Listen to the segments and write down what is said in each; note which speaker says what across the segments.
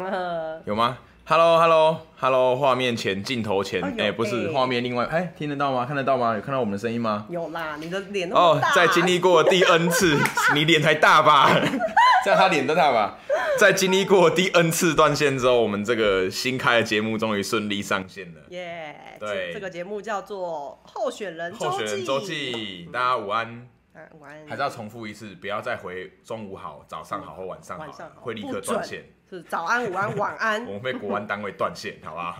Speaker 1: 呃
Speaker 2: 有吗？Hello Hello Hello，画面前镜头前，
Speaker 1: 哦
Speaker 2: 哎、
Speaker 1: 有
Speaker 2: 不是
Speaker 1: 欸
Speaker 2: 画面另外，哎、听得到吗？看得到吗？有看到我们的声音吗？
Speaker 1: 有啦，你的脸那
Speaker 2: 哦
Speaker 1: 么大，
Speaker 2: 在经历过第 N 次，你脸才大吧？ 这样他脸都大吧？在经历过第 N 次断线之后，我们这个新开的节目终于顺利上线了。
Speaker 1: 耶，
Speaker 2: 对
Speaker 1: 这这个节目叫做《候选人
Speaker 2: 候选人周，记，大家午安，
Speaker 1: 啊晚安，
Speaker 2: 还是要重复一次，不要再回中午好、早上好或晚上好，
Speaker 1: 晚上好
Speaker 2: 会立
Speaker 1: 不
Speaker 2: 刻
Speaker 1: 准
Speaker 2: 断线。
Speaker 1: 是早安、午 安、晚
Speaker 2: 我
Speaker 1: 安，
Speaker 2: 们被国安单位断线，好不好？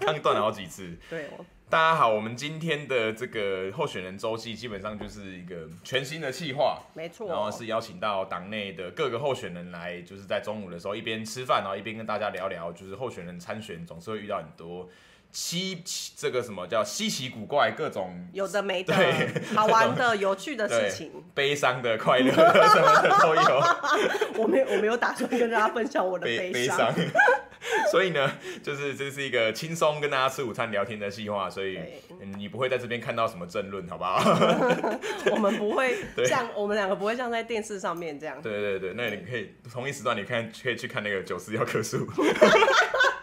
Speaker 2: 刚断了好几次。
Speaker 1: 对，我
Speaker 2: 大家好，我们今天的这个候选人周记基本上就是一个全新的企划，
Speaker 1: 没错，
Speaker 2: 然后是邀请到党内的各个候选人来，就是在中午的时候一边吃饭，然后一边跟大家聊聊，就是候选人参选总是会遇到很多稀奇这个什么叫稀奇古怪各种。
Speaker 1: 有的没的
Speaker 2: 对，
Speaker 1: 好玩的、有趣的
Speaker 2: 对
Speaker 1: 事情，，
Speaker 2: 悲伤的、快乐的什么的都有，
Speaker 1: 我没有我没有打算跟大家分享我的
Speaker 2: 悲
Speaker 1: 悲
Speaker 2: 伤。 所以呢，就是这是一个轻松跟大家吃午餐聊天的计划，所以
Speaker 1: 对
Speaker 2: 嗯你不会在这边看到什么争论，好 不 好？
Speaker 1: 我们不会
Speaker 2: 对
Speaker 1: 像我们两个不会像在电视上面这样，
Speaker 2: 对对对，那你可以同一时段，你看可以去看那个九四幺棵树。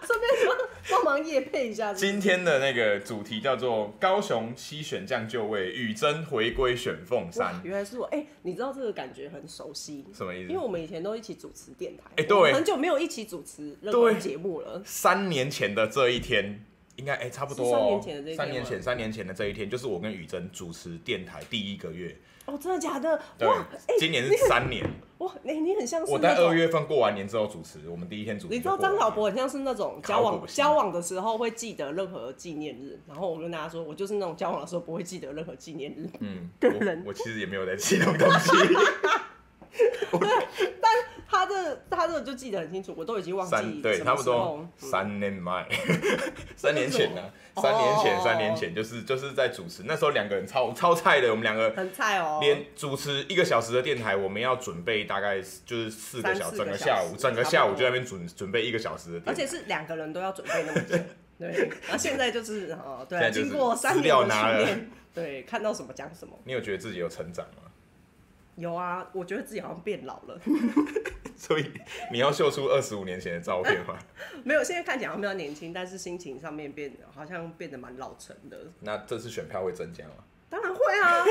Speaker 1: 顺便说帮忙夜配一下，
Speaker 2: 今天的那个主题叫做“高雄七选将就位，雨珍回归选凤
Speaker 1: 哇
Speaker 2: 山，
Speaker 1: 原来是我，哎、你知道这个感觉很熟悉”，，
Speaker 2: 什么意
Speaker 1: 因
Speaker 2: 思
Speaker 1: 为？我们以前都一起主持电台，
Speaker 2: 哎对
Speaker 1: 我们很久没有一起主持任何
Speaker 2: 对
Speaker 1: 节目了，
Speaker 2: 三年前的这一天，应该哎、差不多、哦。
Speaker 1: 是三年前的这一天吗
Speaker 2: 三年前，三年前的这一天，就是我跟雨珍主持电台第一个月。
Speaker 1: 哦，真的假的？
Speaker 2: 对
Speaker 1: 哇，哎、，
Speaker 2: 今年
Speaker 1: 你
Speaker 2: 是
Speaker 1: 很
Speaker 2: 三年。
Speaker 1: 哇，你你很像是
Speaker 2: 我在
Speaker 1: 那种
Speaker 2: 二月份过完年之后主持，我们第一天主持。
Speaker 1: 你知道张
Speaker 2: 导
Speaker 1: 小博很像是那种交
Speaker 2: 考古
Speaker 1: 往
Speaker 2: 系
Speaker 1: 交往的时候会记得任何纪念日，然后我跟大家说，我就是那种交往的时候不会记得任何纪念日，
Speaker 2: 嗯，
Speaker 1: 个人
Speaker 2: 我我其实也没有在吃那种东西。
Speaker 1: 他这他这就记得很清楚，我都已经忘
Speaker 2: 三
Speaker 1: 记
Speaker 2: 对，
Speaker 1: 什
Speaker 2: 差
Speaker 1: 么
Speaker 2: 不
Speaker 1: 时候
Speaker 2: 多
Speaker 1: 嗯
Speaker 2: 三年 前，三年前呢、啊
Speaker 1: 哦
Speaker 2: 三年
Speaker 1: 哦
Speaker 2: 前，
Speaker 1: 哦
Speaker 2: 三年前就是就是在主持，那时候两个人超超菜的，我们两个
Speaker 1: 很菜哦，
Speaker 2: 连主持一个小时的电台，我们要准备大概就是四个小
Speaker 1: 三四
Speaker 2: 整
Speaker 1: 个
Speaker 2: 个
Speaker 1: 小
Speaker 2: 下午，
Speaker 1: 时
Speaker 2: 整个
Speaker 1: 差不
Speaker 2: 下午
Speaker 1: 多
Speaker 2: 就在那边准准备一个小时的
Speaker 1: 而
Speaker 2: 电台
Speaker 1: 且。是两个人都要准备那么 久。对，然后现在就是哦，对啊，
Speaker 2: 现在就是
Speaker 1: 经过三
Speaker 2: 资
Speaker 1: 年
Speaker 2: 料
Speaker 1: 的
Speaker 2: 拿了
Speaker 1: 训练，对，看到什么讲什么。
Speaker 2: 你有觉得自己有成长吗？
Speaker 1: 有啊，我觉得自己好像变老了，
Speaker 2: 所以你要秀出二十五年前的照片 吗？
Speaker 1: 没有，现在看起来好像比较年轻，但是心情上面变得好像变得蛮老成的。
Speaker 2: 那这次选票会增加吗
Speaker 1: 当然会啊，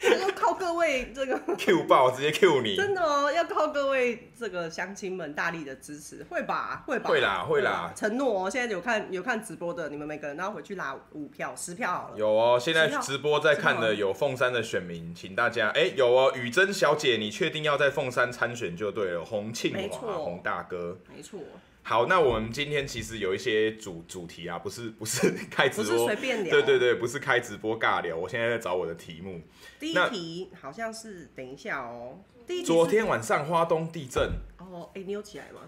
Speaker 1: 这就靠各位这个
Speaker 2: ？Q 爆，直接 Q 你。
Speaker 1: 真的哦，要靠各位这个乡亲们大力的支持，会吧？会吧？
Speaker 2: 会啦会啦
Speaker 1: 承诺哦！现在有看有看直播的，你们每个人都要回去拉五票、十票好了。
Speaker 2: 有哦，现在
Speaker 1: 知道
Speaker 2: 直播在看
Speaker 1: 知道
Speaker 2: 的有凤山的选民，请大家哎、有哦，雨珍小姐，你确定要在凤山参选就对了，洪庆
Speaker 1: 没
Speaker 2: 华，
Speaker 1: 错
Speaker 2: 洪大哥。
Speaker 1: 没错，
Speaker 2: 好，那我们今天其实有一些主主题啊，不是 不是开直
Speaker 1: 不是
Speaker 2: 播
Speaker 1: 随，便聊。
Speaker 2: 对对对，不是开直播尬聊，我现在在找我的题目。
Speaker 1: 第一
Speaker 2: 那
Speaker 1: 题好像是，等一下哦。第一题是
Speaker 2: 昨天晚上花东地震，
Speaker 1: 哦，哎、你有起来吗？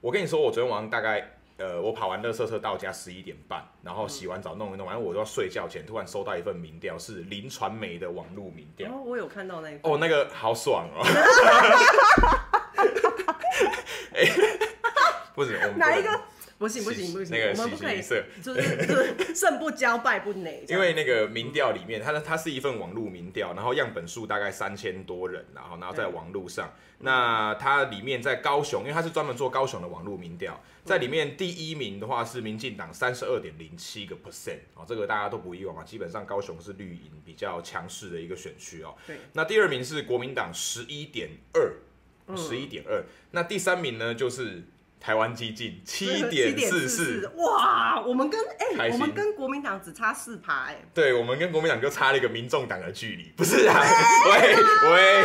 Speaker 2: 我跟你说，我昨天晚上大概呃，我跑完乐色车到家十一点半，然后洗完澡弄一弄，反正我都要睡觉前，突然收到一份民调，是林传媒的网络民调。
Speaker 1: 哦，我有看到那一份
Speaker 2: 哦，那个好爽 哦！哎不是，我们不能
Speaker 1: 哪一个？不行不行不行，
Speaker 2: 那个
Speaker 1: 我们不可以，
Speaker 2: 喜形于色
Speaker 1: 就是就是 胜不骄败不馁。这
Speaker 2: 因
Speaker 1: 样
Speaker 2: 为那个民调里面，它的它是一份网络民调，然后样本数大概三千多人，然后然后在网络上，那它里面在高雄，因为它是专门做高雄的网络民调，在里面第一名的话是民进党三十二点零七个 percent 哦，这个大家都不意外嘛，基本上高雄是绿营比较强势的一个选区哦，
Speaker 1: 对，
Speaker 2: 那第二名是国民党十一点二，十一点二。那第三名呢就是台湾激进七点四四。
Speaker 1: 7.44哇，我们跟哎、
Speaker 2: 开心
Speaker 1: 我们跟国民党只差四趴哎，
Speaker 2: 对我们跟国民党就差了一个民众党的距离，不是啊？ 喂喂，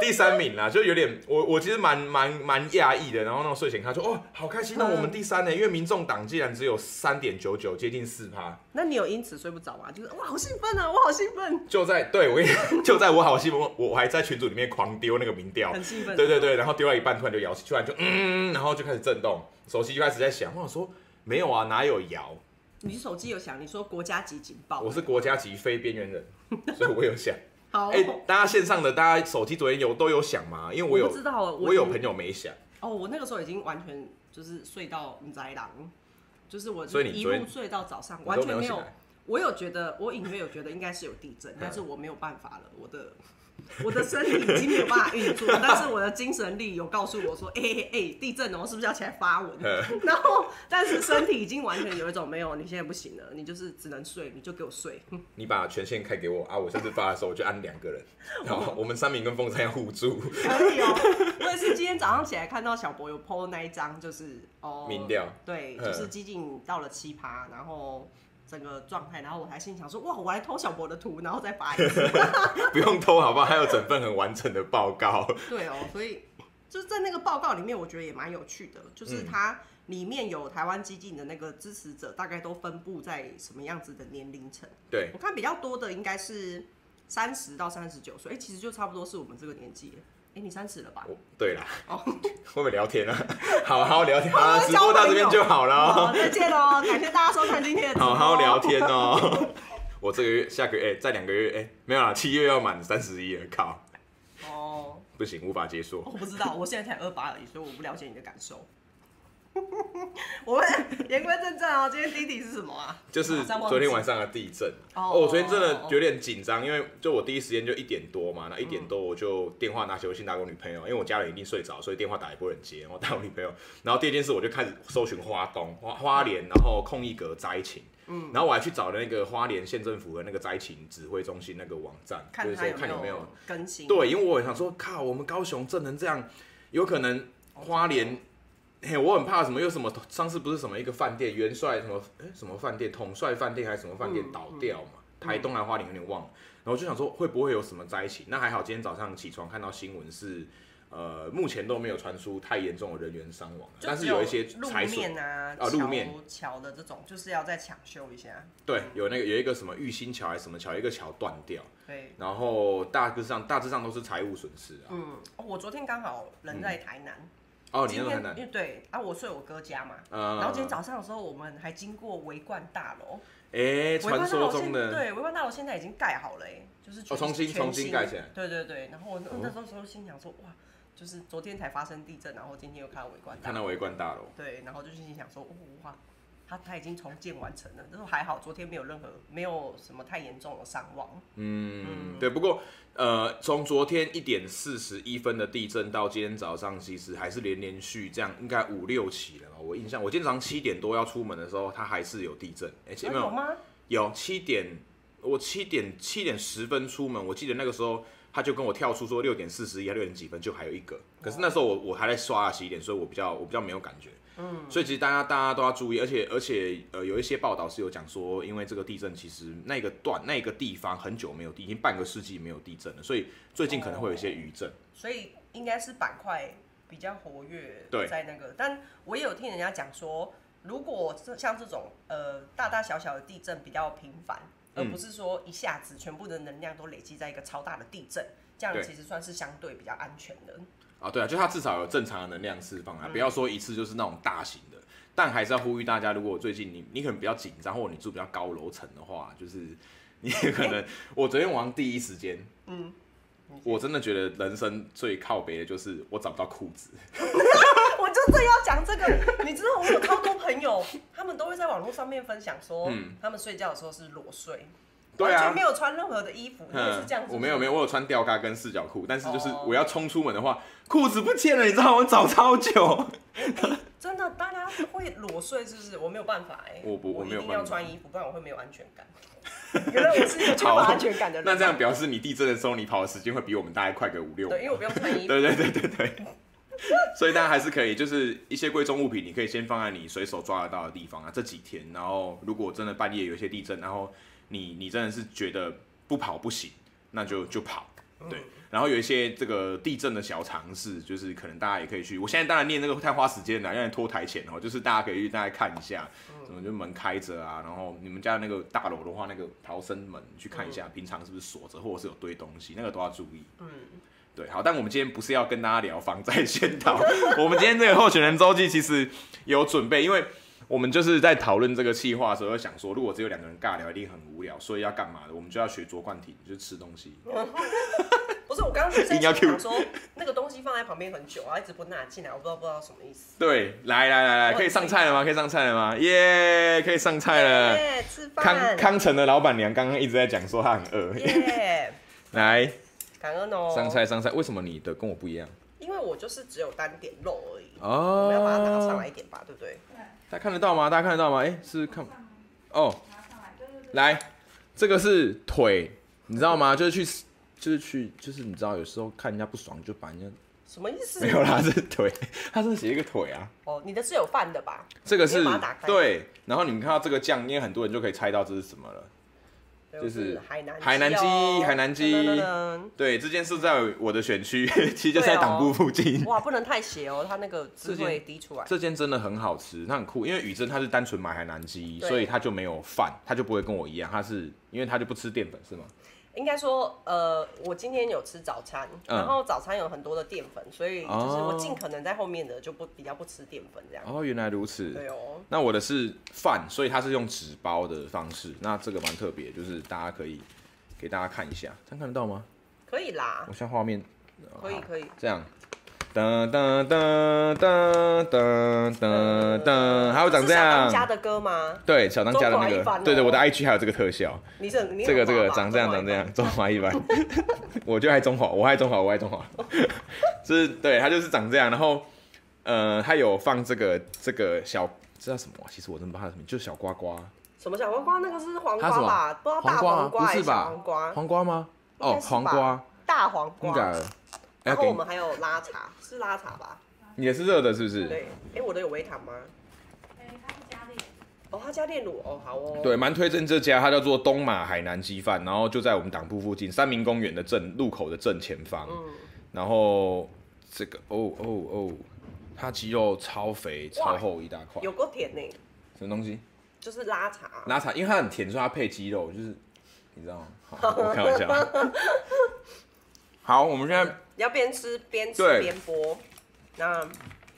Speaker 2: 第三名啦，就有点我我其实蛮蛮蛮讶异的。然后那种睡前看说哦，好开心哦，
Speaker 1: 嗯
Speaker 2: 我们第三呢，因为民众党竟然只有三点九九，接近四趴。
Speaker 1: 那你有因此睡不着吗？就是哇，好兴奋啊，我好兴奋，
Speaker 2: 就在对我跟你 就在我好兴奋，我我还在群组里面狂丢那个民调，
Speaker 1: 很兴奋
Speaker 2: 对对对，然后丢到一半突然就摇，突然就嗯，然后就开始震动，手机就开始在响。我想说没有啊，哪有摇？
Speaker 1: 你手机有响，你说国家级警报，
Speaker 2: 我是国家级非边缘人， 所以我有响。
Speaker 1: 好、
Speaker 2: 哎、大家线上的大家手机昨天有都有响吗？因为我有
Speaker 1: 我不知道我
Speaker 2: 我有朋友没响，
Speaker 1: 哦，我那个时候已经完全就是睡到你宅狼，就是我
Speaker 2: 所以你
Speaker 1: 一
Speaker 2: 昨天
Speaker 1: 路睡到早上，
Speaker 2: 你
Speaker 1: 完
Speaker 2: 都
Speaker 1: 全
Speaker 2: 有
Speaker 1: 没
Speaker 2: 醒
Speaker 1: 有
Speaker 2: 来。嗯
Speaker 1: 我有觉得，我隐约有觉得应该是有地震，但是我没有办法了，我的我的身体已经没有办法运作，但是我的精神力有告诉我说，哎哎哎，地震哦，是不是要起来发文？
Speaker 2: 嗯
Speaker 1: 然后，但是身体已经完全有一种没有，你现在不行了，你就是只能睡，你就给我睡。
Speaker 2: 你把权限开给我啊！我下次发的时候我就按两 个人，然后我们三明跟风山要互助
Speaker 1: 可以哦，我也是今天早上起来看到小博有 PO 那一张，就是哦，
Speaker 2: 民调。
Speaker 1: 对，
Speaker 2: 嗯
Speaker 1: 就是激进到了奇葩，然后整个状态，然后我还心想说，哇，我来偷小博的图，然后再发一次。
Speaker 2: 不用偷好不好？还有整份很完整的报告。
Speaker 1: 对哦，所以就是在那个报告里面，我觉得也蛮有趣的，就是
Speaker 2: 嗯
Speaker 1: 它里面有台湾激进的那个支持者，大概都分布在什么样子的年龄层？
Speaker 2: 对，
Speaker 1: 我看比较多的应该是三十到三十九岁，哎、其实就差不多是我们这个年纪耶。哎、你三十了吧？
Speaker 2: 我对啦，
Speaker 1: 哦
Speaker 2: 会不会聊天啊？ 好好聊天 啊，
Speaker 1: 好
Speaker 2: 直播到这边就好了
Speaker 1: 好，
Speaker 2: 哦，
Speaker 1: 再见哦，感谢大家收看今天的直播。
Speaker 2: 好好聊天哦。 我这个月、下个月、哎，再两个月，哎、没有啦，七月要满三十一了，靠，
Speaker 1: 哦，
Speaker 2: 不行，无法接受。
Speaker 1: 我不知道，我现在才二八而已，所以我不了解你的感受。 我们言归正传哦，今天第一题是什么啊？
Speaker 2: 就是
Speaker 1: 马上忘记
Speaker 2: 昨天晚上的地震，
Speaker 1: 哦
Speaker 2: 哦，嗯我昨天真的有点紧张，因为就我第一时间就一点多嘛，那一点多我就电话拿起微信打给我女朋友，因为我家人一定睡着，所以电话打也不会有人接，然后打我女朋友，然后第二件事我就开始搜寻花东、花花莲，然后控一格灾情。嗯，然后我还去找了那个花莲县政府的那个灾情指挥中心那个网站，就
Speaker 1: 看
Speaker 2: 是
Speaker 1: 他
Speaker 2: 说
Speaker 1: 有
Speaker 2: 看有没有
Speaker 1: 有更新。
Speaker 2: 对，因为我很想说，靠，我们高雄震成这样，有可能花莲，嘿，我很怕什么，又什么，上次不是什么一个饭店元帅什么，哎、什么饭店，统帅饭店还是什么饭店
Speaker 1: 嗯
Speaker 2: 倒掉嘛，台东还花莲有点忘了，然后我就想说会不会有什么灾情？那还好，今天早上起床看到新闻是。呃，目前都没有传出太严重的人员伤亡，啊
Speaker 1: 就
Speaker 2: 但是
Speaker 1: 只
Speaker 2: 有一些
Speaker 1: 路
Speaker 2: 财损，
Speaker 1: 面啊、
Speaker 2: 啊路面
Speaker 1: 桥的这种，就是要再抢修一下。
Speaker 2: 对，有那个有一个什么玉兴桥还是什么桥，有一个桥断掉，
Speaker 1: 对，
Speaker 2: 然后大致上大致上都是财务损失啊。
Speaker 1: 嗯，哦我昨天刚好人在台南，
Speaker 2: 嗯哦，你
Speaker 1: 今
Speaker 2: 那个
Speaker 1: 天
Speaker 2: 很难，
Speaker 1: 因为对啊，我睡我哥家嘛，
Speaker 2: 呃，
Speaker 1: 然后今天早上的时候，我们还经过维冠大楼，
Speaker 2: 哎，
Speaker 1: 维
Speaker 2: 传
Speaker 1: 冠大楼
Speaker 2: 说
Speaker 1: 现
Speaker 2: 中的
Speaker 1: 对维冠大楼现在已经盖好了，哎，就是全
Speaker 2: 哦重新
Speaker 1: 全
Speaker 2: 重新盖起来哦
Speaker 1: 对对对，然后我那那时候心想说，哇，就是昨天才发生地震，然后今天又看到维冠大
Speaker 2: 看
Speaker 1: 楼，
Speaker 2: 到围观大楼，
Speaker 1: 对，然后就心想说，哦哇。它它已经重建完成了，但是还好昨天没有任何没有什么太严重的伤亡。
Speaker 2: 嗯，对。不过，呃，从昨天一点四十一分的地震到今天早上，其实还是连连续这样，应该五六起了吧？我印象，我今天早上七点多要出门的时候，它还是有地震，而且
Speaker 1: 啊
Speaker 2: 没有
Speaker 1: 吗？
Speaker 2: 有七点，我七点七点十分出门，我记得那个时候他就跟我跳出说六点四十一，六点几分就还有一个，可是那时候我我还在刷牙洗脸，所以我比较我比较没有感觉。嗯，所以其实大家大家都要注意，而且而且呃有一些报道是有讲说，因为这个地震其实那个段那个地方很久没有地，已经半个世纪没有地震了，所以最近可能会有一些余震。
Speaker 1: 所以应该是板块比较活跃，
Speaker 2: 对
Speaker 1: 在那个。但我也有听人家讲说，如果这像这种呃大大小小的地震比较频繁，而
Speaker 2: 嗯
Speaker 1: 不是说一下子全部的能量都累积在一个超大的地震，这样
Speaker 2: 对
Speaker 1: 其实算是相对比较安全的。
Speaker 2: 啊，对啊，就它至少有正常的能量释放啊，
Speaker 1: 嗯
Speaker 2: 不要说一次就是那种大型的。但还是要呼吁大家，如果最近你你可能比较紧张，或者你住比较高楼层的话，就是 你也可能，我昨天晚上第一时间，
Speaker 1: 嗯
Speaker 2: 嗯，我真的觉得人生最靠北的就是我找不到裤子，
Speaker 1: 我就正要讲这个，你知道我有超多朋友，他们都会在网络上面分享说，
Speaker 2: 嗯
Speaker 1: 他们睡觉的时候是裸睡，
Speaker 2: 对
Speaker 1: 完
Speaker 2: 啊嗯
Speaker 1: 全没，有穿任何的衣服，哦你也是这样子。
Speaker 2: 我没有没
Speaker 1: 有。
Speaker 2: 有，我有穿吊嘎跟四角裤，但是就是
Speaker 1: 哦
Speaker 2: 我要冲出门的话，裤子不见了，你知道吗我找超久，
Speaker 1: 真的，大家会裸睡是不是？我没有办法哎、
Speaker 2: 我不我
Speaker 1: 一
Speaker 2: 没有
Speaker 1: 定要
Speaker 2: 办法
Speaker 1: 穿衣服，不然我会没有安全 感。原来我是一个缺
Speaker 2: 好
Speaker 1: 乏安全感的人。
Speaker 2: 那这样表示你地震的时候，你跑的时间会比我们大概快个五六秒
Speaker 1: 对，因为我不用穿衣服。
Speaker 2: 对对对对对。所以大家还是可以，就是一些贵重物品，你可以先放在你随手抓得到的地方啊。这几天，然后如果真的半夜有一些地震，然后你你真的是觉得不跑不行，那就就跑。对，然后有一些这个地震的小常识，就是可能大家也可以去。我现在当然念这个太花时间了，让人拖台前哦，就是大家可以去大概看一下，什么就门开着啊，然后你们家那个大楼的话，那个逃生门你去看一下，平常是不是锁着，或者是有堆东西，那个都要注意。对，好，但我们今天不是要跟大家聊防灾宣导，我们今天这个候选人周记其实有准备，因为我们就是在讨论这个计划的时候，就想说如果只有两个人尬聊，一定很无聊，所以要干嘛的？我们就要学卓冠廷，就是吃东西。
Speaker 1: 不是我刚刚在
Speaker 2: 硬要
Speaker 1: 想
Speaker 2: cue
Speaker 1: 说那个东西放在旁边很久，然后一直不拿进来，我不知道不知道什么意思。
Speaker 2: 对，来来来来，可以上菜了吗？可以上菜了吗？耶、可以上菜了。
Speaker 1: 耶，吃饭。
Speaker 2: 呃康康城的老板娘刚刚一直在讲说她很饿，
Speaker 1: 耶，
Speaker 2: 来
Speaker 1: 感恩哦。
Speaker 2: 上菜上菜，为什么你的跟我不一样？
Speaker 1: 因为我就是只有单点肉而已，我
Speaker 2: 哦，
Speaker 1: 们要把它拿上来一点吧，对不对？
Speaker 2: 大家看得到吗？大家看得到吗？哎、是看哦，
Speaker 3: 拿上来，对对对，
Speaker 2: 来，这个是腿，你知道吗？就是去，就是去，就是你知道，有时候看人家不爽就把人家
Speaker 1: 什么意思？
Speaker 2: 没有啦，是腿，他真的写一个腿啊。
Speaker 1: 哦，你的是有饭的吧？
Speaker 2: 这个是
Speaker 1: 你把它打开
Speaker 2: 对，然后你们看到这个酱，因为很多人就可以猜到这是什么了。
Speaker 1: 对
Speaker 2: 就是
Speaker 1: 是海南
Speaker 2: 海南
Speaker 1: 哦
Speaker 2: 鸡海南鸡
Speaker 1: 噔噔噔
Speaker 2: 对，这件事在我的选区， 其实就
Speaker 1: 对
Speaker 2: 在
Speaker 1: 哦
Speaker 2: 党部附近。
Speaker 1: 噔哇，不能太邪哦，它那个汁
Speaker 2: 这件
Speaker 1: 会滴出来。
Speaker 2: 这间真的很好吃，它很酷，因为雨珍她是单纯买海南鸡，
Speaker 1: 对
Speaker 2: 所以她就没有饭，她就不会跟我一样，她是因为她就不吃淀粉是吗？
Speaker 1: 应该说，呃，我今天有吃早餐，
Speaker 2: 嗯
Speaker 1: 然后早餐有很多的淀粉，所以就是
Speaker 2: 哦
Speaker 1: 我尽可能在后面的就不比较不吃淀粉这样。
Speaker 2: 哦，原来如此。
Speaker 1: 对哦，
Speaker 2: 那我的是饭，所以它是用纸包的方式，那这个蛮特别，就是大家可以给大家看一下，这样看得到吗？
Speaker 1: 可以啦
Speaker 2: 我，像画面，呃
Speaker 1: 可以
Speaker 2: 好
Speaker 1: 可以。
Speaker 2: 这样。噔噔噔噔噔噔噔，嗯还有长这
Speaker 1: 是小当家
Speaker 2: 样。
Speaker 1: 的歌吗？
Speaker 2: 对，小当家的
Speaker 1: 中
Speaker 2: 那
Speaker 1: 华一番
Speaker 2: 个
Speaker 1: 哦，
Speaker 2: 对对，我的 IG 还有这个特效，
Speaker 1: 你是你
Speaker 2: 这个这
Speaker 1: 很
Speaker 2: 个
Speaker 1: 棒吧
Speaker 2: 长这样长这。
Speaker 1: 中华一
Speaker 2: 样，
Speaker 1: 番
Speaker 2: 中华一番， 我就爱中华，我爱中华，我爱中华， 就是对，它就是长这样，然后呃，它有放这个这个小这叫什么啊？其实我真不知道它是什么，就是小瓜瓜，
Speaker 1: 什么小黄瓜？那个是黄
Speaker 2: 它
Speaker 1: 瓜
Speaker 2: 是什
Speaker 1: 吧？
Speaker 2: 么
Speaker 1: 不知道大
Speaker 2: 黄
Speaker 1: 黄
Speaker 2: 瓜
Speaker 1: 瓜还
Speaker 2: 啊不
Speaker 1: 是
Speaker 2: 是吧
Speaker 1: 小黄瓜，
Speaker 2: 黄瓜吗？
Speaker 1: 应
Speaker 2: 哦
Speaker 1: 该，是吧
Speaker 2: 黄瓜，
Speaker 1: 大黄
Speaker 2: 真假
Speaker 1: 瓜。
Speaker 2: 的？哎
Speaker 1: 然后
Speaker 2: 要给
Speaker 1: 我
Speaker 2: 你
Speaker 1: 们还有拉茶，是拉茶吧？
Speaker 2: 你的是热的，是不是？
Speaker 1: 对。哎，我的有微糖吗？
Speaker 3: 哎，他是加烈，
Speaker 1: 哦，他加炼乳哦，好哦。
Speaker 2: 对，蛮推荐这家，它叫做东马海南鸡饭，然后就在我们党部附近三民公园的正路口的正前方。
Speaker 1: 嗯
Speaker 2: 然后这个哦哦哦，它鸡肉超肥超厚一大块，
Speaker 1: 有够甜呢，
Speaker 2: 什么东西？
Speaker 1: 就是拉茶。
Speaker 2: 拉茶，因为它很甜，所以它配鸡肉，就是你知道吗？好， 我开玩笑。 好，我们现在
Speaker 1: 要边吃边吃
Speaker 2: 对
Speaker 1: 边播。那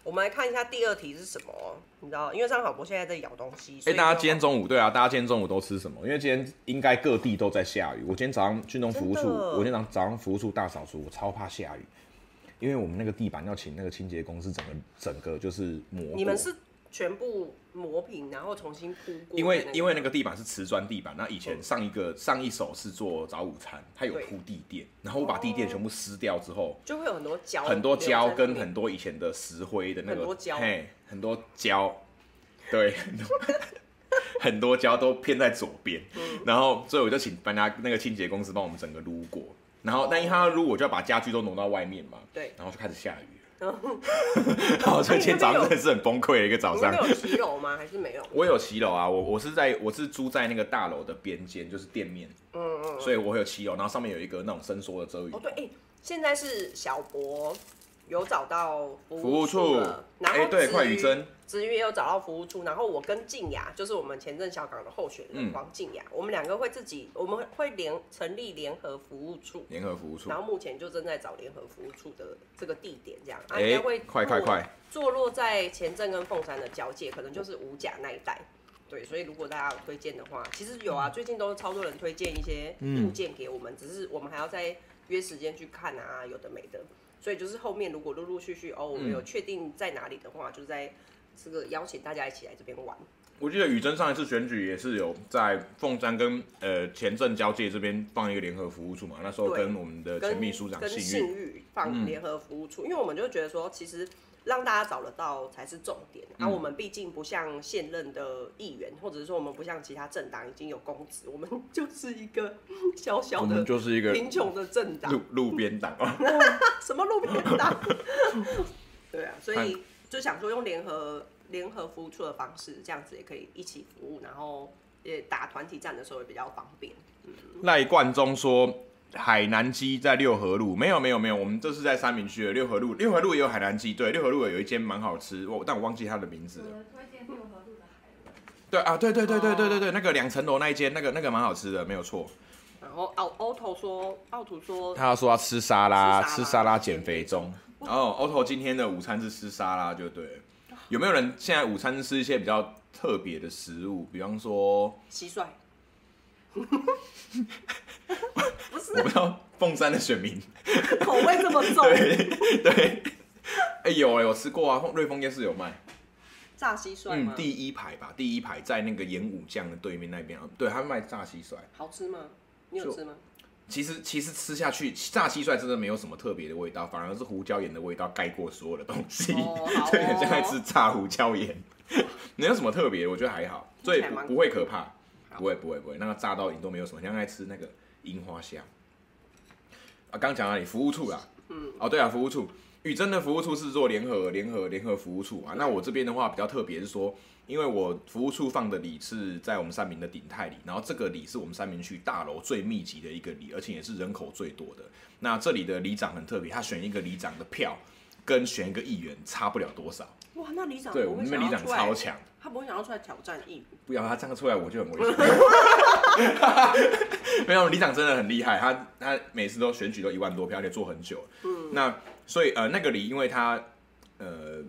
Speaker 1: 我们来看一下第二题是什么哦，你知道，因为张小博现在在咬东西，
Speaker 2: 哎、
Speaker 1: 所以
Speaker 2: 大家
Speaker 1: 就
Speaker 2: 今天中午对啊，大家今天中午都吃什么？因为今天应该各地都在下雨。我今天早上去弄服务处，
Speaker 1: 真的
Speaker 2: 我今天早上早上服务处大扫除，我超怕下雨，因为我们那个地板要请那个清洁公司整个整个就是磨过。
Speaker 1: 你们是全部磨平，然后重新铺过的那个，哦
Speaker 2: 因为因为那个地板是瓷砖地板，那以前上一个上一手是做早午餐，它有
Speaker 1: 对
Speaker 2: 铺地垫，
Speaker 1: 哦
Speaker 2: 然后我把地垫全部撕掉之后，
Speaker 1: 就会有很多胶，
Speaker 2: 很多胶跟很多以前的石灰的那个，
Speaker 1: 哦很多胶
Speaker 2: 嘿，很多胶，对，很多 很多胶都偏在左边，
Speaker 1: 嗯
Speaker 2: 然后所以我就请搬家那个清洁公司帮我们整个撸过，然后但因为他要撸，我就要把家具都挪到外面嘛，
Speaker 1: 对哦
Speaker 2: 然后就开始下雨
Speaker 1: 然
Speaker 2: 了， 然后所以今天早上真的是很崩溃的一个早
Speaker 1: 你
Speaker 2: 上
Speaker 1: 们。有骑楼吗？还是没有？
Speaker 2: 我有骑楼啊，我我是在我是住在那个大楼的边间，就是店面，
Speaker 1: 嗯嗯。
Speaker 2: 所以我有骑楼，然后上面有一个那种伸缩的遮雨
Speaker 1: 哦对，哎、现在是小博有找到
Speaker 2: 服务
Speaker 1: 处
Speaker 2: 处
Speaker 1: 了，，然后
Speaker 2: 哎，对，
Speaker 1: 至于
Speaker 2: 快雨针，
Speaker 1: 子瑜也有找到服务处，然后我跟静雅，就是我们前阵小港的候选人
Speaker 2: 嗯
Speaker 1: 黄静雅，我们两个会自己，我们会联成立联合服务处，
Speaker 2: 联合服务处
Speaker 1: 然，后目前就正在找联合服务处的这个地点，这样，啊，应
Speaker 2: 哎
Speaker 1: 该会，
Speaker 2: 快快
Speaker 1: 落
Speaker 2: 快，
Speaker 1: 坐落在前镇跟凤山的交界，可能就是五甲那一带。对，所以如果大家有推荐的话，其实有啊，最近都超多人推荐一些物件给我们，只是我们还要再约时间去看啊，有的没的。所以就是后面如果陆陆续续哦，我们有确定在哪里的话，就在这个邀请大家一起来这边玩。
Speaker 2: 我记得雨珍上一次选举也是有在凤山跟呃前镇交界这边放一个联合服务处嘛，那时候
Speaker 1: 对
Speaker 2: 跟我们的
Speaker 1: 跟
Speaker 2: 前秘书长
Speaker 1: 跟
Speaker 2: 信嗯
Speaker 1: 信
Speaker 2: 誉，
Speaker 1: 誉放联合服务处，因为我们就觉得说，其实让大家找得到才是重点。那、
Speaker 2: 嗯
Speaker 1: 我们毕竟不像现任的议员，或者是说我们不像其他政党已经有公职，我们 就是一个小小
Speaker 2: 我们
Speaker 1: 的
Speaker 2: 就是一个
Speaker 1: 贫穷的政
Speaker 2: 路
Speaker 1: 党，
Speaker 2: 路边党，
Speaker 1: 什么路边党？ 对啊，
Speaker 2: 哎
Speaker 1: 所以就想说用联合联合服务处的方式，这样子也可以一起服务，然后也打团体战的时候也比较方便。
Speaker 2: 赖冠中说海南鸡在六合路，没有没有没有，我们这是在三明区的六合路，六合路也有海南鸡，对，六合路有一间蛮好吃，我但我忘记它的名字
Speaker 3: 我
Speaker 2: 了。
Speaker 3: 的推荐六合路的海伦，
Speaker 2: 对啊，对对对对对对对，那个两层楼那一间，那个那个蛮好吃的，没有错。
Speaker 1: 然后奥欧头说，奥图说，
Speaker 2: 他说要吃沙拉，
Speaker 1: 吃沙拉
Speaker 2: 吃沙拉减肥中。哦，Otto 今天的午餐是吃沙拉，就对了。有没有人现在午餐吃一些比较特别的食物？比方说，
Speaker 1: 蟋蟀。不是
Speaker 2: 我不知道凤山的 选民，
Speaker 1: 口味这么重，
Speaker 2: 对对， 哎、有哎、我吃过啊，凤瑞丰夜市有卖，
Speaker 1: 炸蟋蟀
Speaker 2: 嗯
Speaker 1: 吗，？
Speaker 2: 第一排吧，第一排在那个演武酱的对面那边啊，对他卖炸蟋蟀，
Speaker 1: 好吃吗？你有
Speaker 2: 就
Speaker 1: 吃吗？
Speaker 2: 其实其实吃下去炸蟋蟀真的没有什么特别的味道，反而是胡椒盐的味道盖过所有的东西，
Speaker 1: 哦好哦
Speaker 2: 对，很像在吃炸胡椒盐，没有什么特别，我觉得还好，所以
Speaker 1: 听起来蛮
Speaker 2: 不不会可怕，
Speaker 1: 好
Speaker 2: 不会不会不会，那个炸到已经都没有什么，像在吃那个樱花虾。啊，刚讲到哪里？服务处啦，嗯，哦对啊，服务处，宇珍的服务处是做联合联合联合服务处啊。
Speaker 1: 嗯
Speaker 2: 那我这边的话比较特别是说，因为我服务处放的里是在我们三明的鼎泰里，然后这个里是我们三明区大楼最密集的一个里，而且也是人口最多的。那这里的里长很特别，他选一个里长的票跟选一个议员差不了多少。
Speaker 1: 哇，那里长
Speaker 2: 对
Speaker 1: 不
Speaker 2: 我
Speaker 1: 会
Speaker 2: 们那
Speaker 1: 想
Speaker 2: 边里
Speaker 1: 要
Speaker 2: 长
Speaker 1: 出来
Speaker 2: 超强，
Speaker 1: 他不会想要出来挑战义务，
Speaker 2: 不要他这样出来我就很危险。 没有，里长真的很厉害，他他每次都选举都一万多票，而且做很久。嗯，那所以呃，那个里因为他呃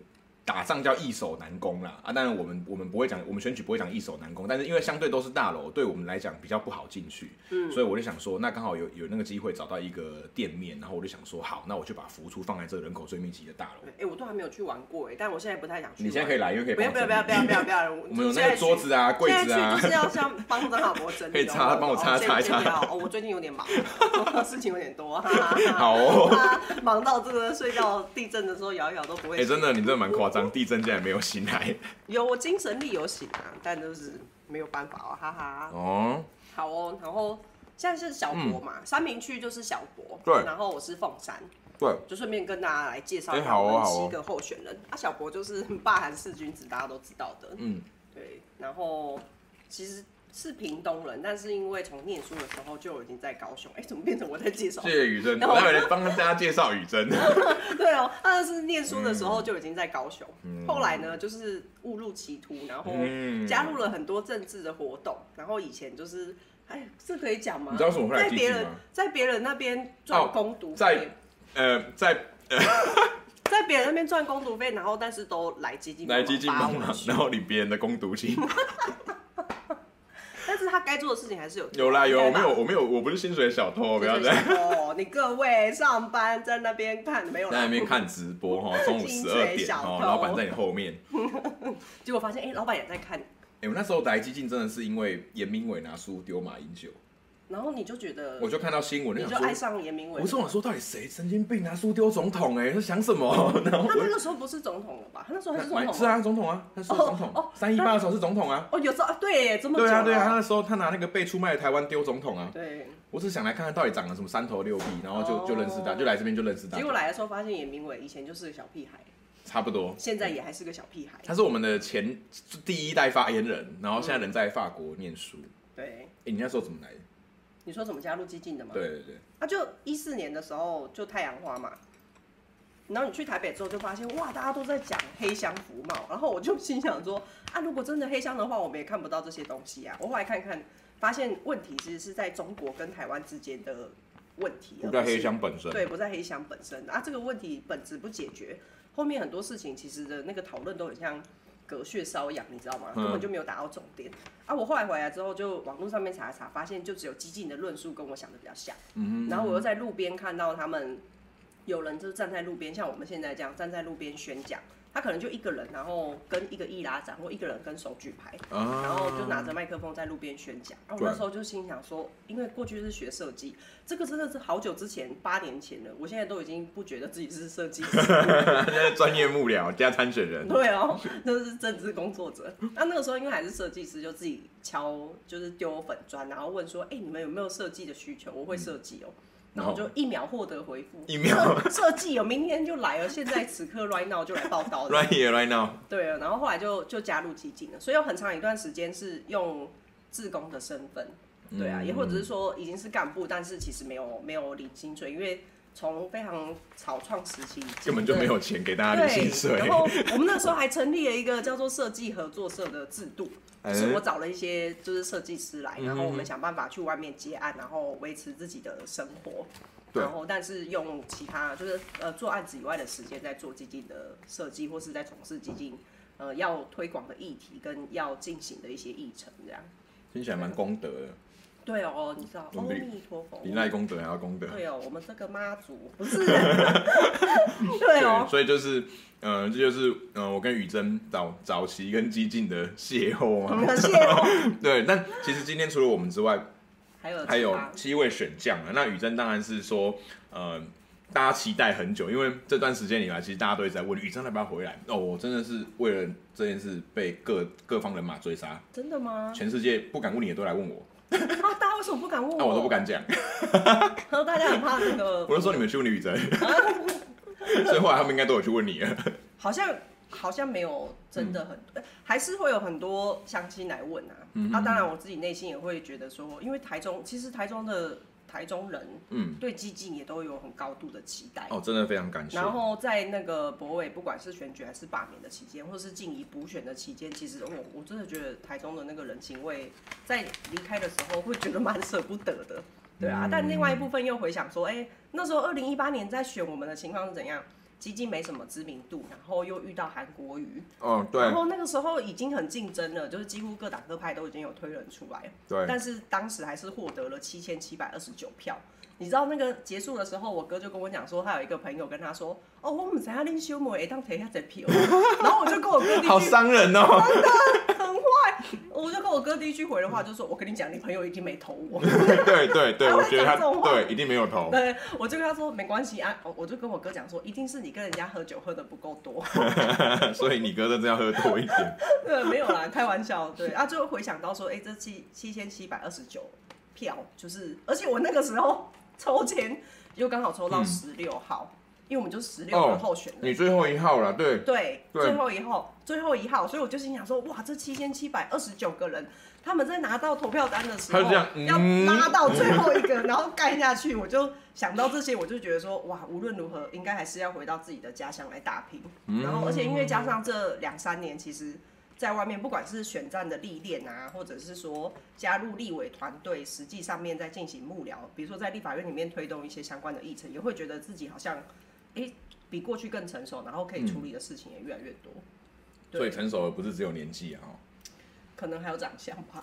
Speaker 2: 打仗叫易守难攻啦啊，当然我们我们不会讲，我们选举不会讲易守难攻，但是因为相对都是大楼，对我们来讲比较不好进去，嗯，所以我就想说，那刚好有有那个机会找到一个店面，然后我就想说，好，那我就把服务处放在这个人口最密集的大楼
Speaker 1: 哎、。我都还没有去玩过哎、但我现在不太想去玩。
Speaker 2: 你现在可以来，因为可以
Speaker 1: 不
Speaker 2: 帮
Speaker 1: 要
Speaker 2: 我
Speaker 1: 不要不
Speaker 2: 整
Speaker 1: 要
Speaker 2: 理
Speaker 1: 不要不要不 要！
Speaker 2: 我
Speaker 1: 我
Speaker 2: 们有那个桌子啊、柜子啊，
Speaker 1: 现在去就是要像帮张老伯整理哦。
Speaker 2: 可以擦帮我擦
Speaker 1: 哦先
Speaker 2: 擦一擦
Speaker 1: 先不要哦，我最近有点忙， 我事情有点多，哈哈哈
Speaker 2: 好哦。
Speaker 1: 哈忙到这个睡觉地震的时候摇一摇都不会
Speaker 2: 哎、
Speaker 1: 醒。
Speaker 2: 真的，你真的蛮夸张，地震竟然没有醒来。
Speaker 1: 有我精神力有醒啊，但就是没有办法哦，哈哈。
Speaker 2: 哦，
Speaker 1: 好哦，然后现在是小博嘛，三明区就是小博，
Speaker 2: 嗯对
Speaker 1: 然后我是凤山，
Speaker 2: 对，
Speaker 1: 就顺便跟大家来介绍
Speaker 2: 哎
Speaker 1: 一下
Speaker 2: 好哦
Speaker 1: 我们
Speaker 2: 好哦
Speaker 1: 七个候选人。啊，小博就是很霸韩四君子，大家都知道的。
Speaker 2: 嗯，
Speaker 1: 对，然后其实是屏东人，但是因为从念书的时候就已经在高雄，哎，怎么变成我在介绍
Speaker 2: 谢？谢雨 珍，
Speaker 1: 然后
Speaker 2: 我待会来帮大家介绍 雨珍。
Speaker 1: 对哦，但是念书的时
Speaker 2: 嗯
Speaker 1: 候就已经在高雄，后来呢就是误入歧途，然后
Speaker 2: 嗯
Speaker 1: 加入了很多政治的活动，然后以前就是。哎，这可以讲吗？
Speaker 2: 你知道为什么会来
Speaker 1: 在
Speaker 2: 寄
Speaker 1: 别
Speaker 2: 居
Speaker 1: 人
Speaker 2: 吗
Speaker 1: 在别人那边赚
Speaker 2: 哦
Speaker 1: 攻读费，
Speaker 2: 在呃，在
Speaker 1: 在别人那边赚攻读费，然后但是都来基金
Speaker 2: 来基金帮
Speaker 1: 我
Speaker 2: 忙，
Speaker 1: 去
Speaker 2: 然后领别人的攻 读金。
Speaker 1: 但是他该做的事情还是有做
Speaker 2: 有啦有，我
Speaker 1: 应
Speaker 2: 没
Speaker 1: 该吧
Speaker 2: 有我没有我不是薪水小偷，不要
Speaker 1: 就是
Speaker 2: 在
Speaker 1: 想哦，你各位上班在那边看没有啦
Speaker 2: 在那边看直播哈，中午
Speaker 1: 薪
Speaker 2: 十
Speaker 1: 水
Speaker 2: 二点
Speaker 1: 小
Speaker 2: 哦，
Speaker 1: 偷
Speaker 2: 老板在你后面。
Speaker 1: 结果发现哎、老板也在看，
Speaker 2: 哎、我那时候来基进真的是因为严明伟拿书丢马英九，
Speaker 1: 然后你就觉得，
Speaker 2: 我就看到新闻，
Speaker 1: 嗯你就
Speaker 2: 想
Speaker 1: 爱
Speaker 2: 说，
Speaker 1: 上严明伟
Speaker 2: 我。就想说到底谁神经病拿书丢总统、哎，他想什么？ 然后
Speaker 1: 他
Speaker 2: 我
Speaker 1: 那
Speaker 2: 就
Speaker 1: 个时候不是总统了吧？他那时哦候还是总
Speaker 2: 买
Speaker 1: 统
Speaker 2: 是
Speaker 1: 吗。
Speaker 2: 啊，总统啊，他是总
Speaker 1: 哦
Speaker 2: 统
Speaker 1: 哦，
Speaker 2: 三一八的时候是总统啊。
Speaker 1: 哦，有时候啊对耶，这么久
Speaker 2: 对啊，对啊，他
Speaker 1: 了
Speaker 2: 那时候他拿那个被出卖的台湾丢总统啊，
Speaker 1: 对。
Speaker 2: 我只想来看看到底长了什么三头六臂，然后就
Speaker 1: 哦
Speaker 2: 就认识他，就来这边就认识他
Speaker 1: 结，果来的时候发现严明伟以前就是个小屁孩，
Speaker 2: 差不多。
Speaker 1: 现在也还是个小屁孩。
Speaker 2: 他是我们的前第一代发言人，然后现在
Speaker 1: 嗯
Speaker 2: 人在法国念书。
Speaker 1: 对，
Speaker 2: 诶，你那时候怎么来的？
Speaker 1: 你说怎么加入激进的吗？，
Speaker 2: 对对对，
Speaker 1: 啊，就一四年的时候就太阳花嘛。然后你去台北之后就发现，哇，大家都在讲黑箱服贸，然后我就心想说，啊，如果真的黑箱的话，我们也看不到这些东西啊。我后来看看，发现问题其实是在中国跟台湾之间的问题，
Speaker 2: 不
Speaker 1: 而
Speaker 2: 在
Speaker 1: 是
Speaker 2: 黑箱本身。
Speaker 1: 对，不在黑箱本身啊，这个问题本质不解决，后面很多事情其实的那个讨论都很像隔靴搔痒，你知道吗？根本
Speaker 2: 嗯
Speaker 1: 就没有打到重点、啊！我后来回来之后，就网络上面查一查，发现就只有激进的论述跟我想的比较像，
Speaker 2: 嗯
Speaker 1: 然后我又在路边看到他们有人就站在路边，像我们现在这样站在路边宣讲，他可能就一个人，然后跟一个易拉展或一个人跟手举牌，
Speaker 2: 啊
Speaker 1: 然后就拿着麦克风在路边宣讲。然后我那时候就心想说，因为过去是学设计，这个真的是好久之前，八年前了，我现在都已经不觉得自己是设计师，
Speaker 2: 现在专业幕僚加参选人，
Speaker 1: 对哦，就是政治工作者。那那个时候因为还是设计师，就自己敲，就是丢粉砖，然后问说，哎、你们有没有设计的需求？我会设计哦。然后
Speaker 2: 然
Speaker 1: 就一秒获得回复，
Speaker 2: 嗯一秒
Speaker 1: 设设计有明天就来了，现在此刻 right now 就来报道了。
Speaker 2: right here right now，
Speaker 1: 对啊，然后后来就就加入基金了，所以有很长一段时间是用志工的身份，对啊，
Speaker 2: 嗯
Speaker 1: 也或者是说已经是干部，但是其实没有没有领薪水，因为从非常草创时期
Speaker 2: 根本就没。
Speaker 1: 已经
Speaker 2: 有钱给大家领薪
Speaker 1: 对，
Speaker 2: 水
Speaker 1: 然。后我们那时候还成立了一个叫做设计合作社的制度，
Speaker 2: 哎
Speaker 1: 就是我找了一些就是设计师来，
Speaker 2: 嗯
Speaker 1: 然后我们想办法去外面接案，然后维持自己的生活，
Speaker 2: 对
Speaker 1: 然后但是用其他就是呃做案子以外的时间在做基金的设计，或是在从事基金呃要推广的议题跟要进行的一些议程这样。
Speaker 2: 听起来蛮功德的。
Speaker 1: 对哦，你知道，阿
Speaker 2: 嗯对
Speaker 1: 弥陀佛。
Speaker 2: 比赖功德还要功德。
Speaker 1: 对哦，我们这个妈祖不是，对哦，
Speaker 2: 所以就是，嗯、这就是，嗯、我跟雨珍早早期跟激进的邂逅
Speaker 1: 我
Speaker 2: 嘛
Speaker 1: 们。的谢哦，
Speaker 2: 对，但其实今天除了我们之外，
Speaker 1: 还有
Speaker 2: 还有
Speaker 1: 嗯其他
Speaker 2: 七位选将啊。那雨珍当然是说，呃，大家期待很久，因为这段时间以来，其实大家都一直在问雨珍要不要回来。哦，我真的是为了这件事被各各方人马追杀，
Speaker 1: 真的 吗？
Speaker 2: 全世界不敢问你的都来问我，
Speaker 1: 啊，大家为什么不敢问
Speaker 2: 那、
Speaker 1: 我？
Speaker 2: 我都不。敢讲，
Speaker 1: 然后 大家很怕那个
Speaker 2: 我，就说你们去问雨珍。
Speaker 1: 哦
Speaker 2: 所以后来他们应该都有去问你了。
Speaker 1: 好像好像没有真的很，呃还是会有很多相亲来问啊。
Speaker 2: 嗯
Speaker 1: 啊，当然我自己内心也会觉得说，因为台中其实台中的台中人
Speaker 2: 嗯，
Speaker 1: 对激进也都有很高度的期待。
Speaker 2: 哦，真的非常感谢。
Speaker 1: 然后在那个博委，不管是选举还是罢免的期间，或是进一补选的期间，其实我我真的觉得台中的那个人情味，在离开的时候会觉得蛮舍不得的，对啊。但另外一部分又回想说，哎、那时候二零一八年在选我们的情况是怎样？基金没什么知名度，然后又遇到韩国瑜，
Speaker 2: 哦，对
Speaker 1: 然后那个时候已经很竞争了，就是几乎各党各派都已经有推人出来，
Speaker 2: 对，
Speaker 1: 但是当时还是获得了七千七百二十九票。你知道那个结束的时候，我哥就跟我讲说，他有一个朋友跟他说：“哦，我们在阿林修梅当一下这票。” 然后我就跟我哥第
Speaker 2: 好
Speaker 1: 一句
Speaker 2: 伤人哦。
Speaker 1: 很坏，我就跟我哥第一句回的话就说：“我跟你讲，你朋友一定没投我。
Speaker 2: 对对对，
Speaker 1: 他会
Speaker 2: 我觉得
Speaker 1: 讲
Speaker 2: 他
Speaker 1: 这种话
Speaker 2: 对一定没有”投。
Speaker 1: 对，我就跟他说没关系啊，我就跟我哥讲说，一定是你跟人家喝酒喝的不够多。
Speaker 2: 所以你哥真的要喝多一点。
Speaker 1: 对，呃没有啦，开玩笑。 对啊，就回想到说，哎、这七七千七百二十九票，就是，而且我那个时候 抽签又刚好抽到十六号、因为我们就十六
Speaker 2: 嗯哦
Speaker 1: 个候选人。
Speaker 2: 你最后一号了，对，
Speaker 1: 对，
Speaker 2: 对
Speaker 1: 最后一号，最后一号，所以我就心想说，哇，这七千七百二十九个人，他们在拿到投票单的时候
Speaker 2: 他就这样，嗯
Speaker 1: 要拉到 最后一个，然后盖下去。我就想到这些，我就觉得说，哇，无论如何，应该还是要回到自己的家乡来打拼。
Speaker 2: 嗯
Speaker 1: 然后，而且因为加上这两三年，其实在外面，不管是选战的历练啊，或者是说加入立委团队，实际上面在进行幕僚，比如说在立法院里面推动一些相关的议程，也会觉得自己好像，诶、比过去更成熟，然后可以处理的事情也越来越多。
Speaker 2: 所
Speaker 1: 对，
Speaker 2: 以嗯成熟的不是只有年纪啊。哦
Speaker 1: 可能还有长相吧。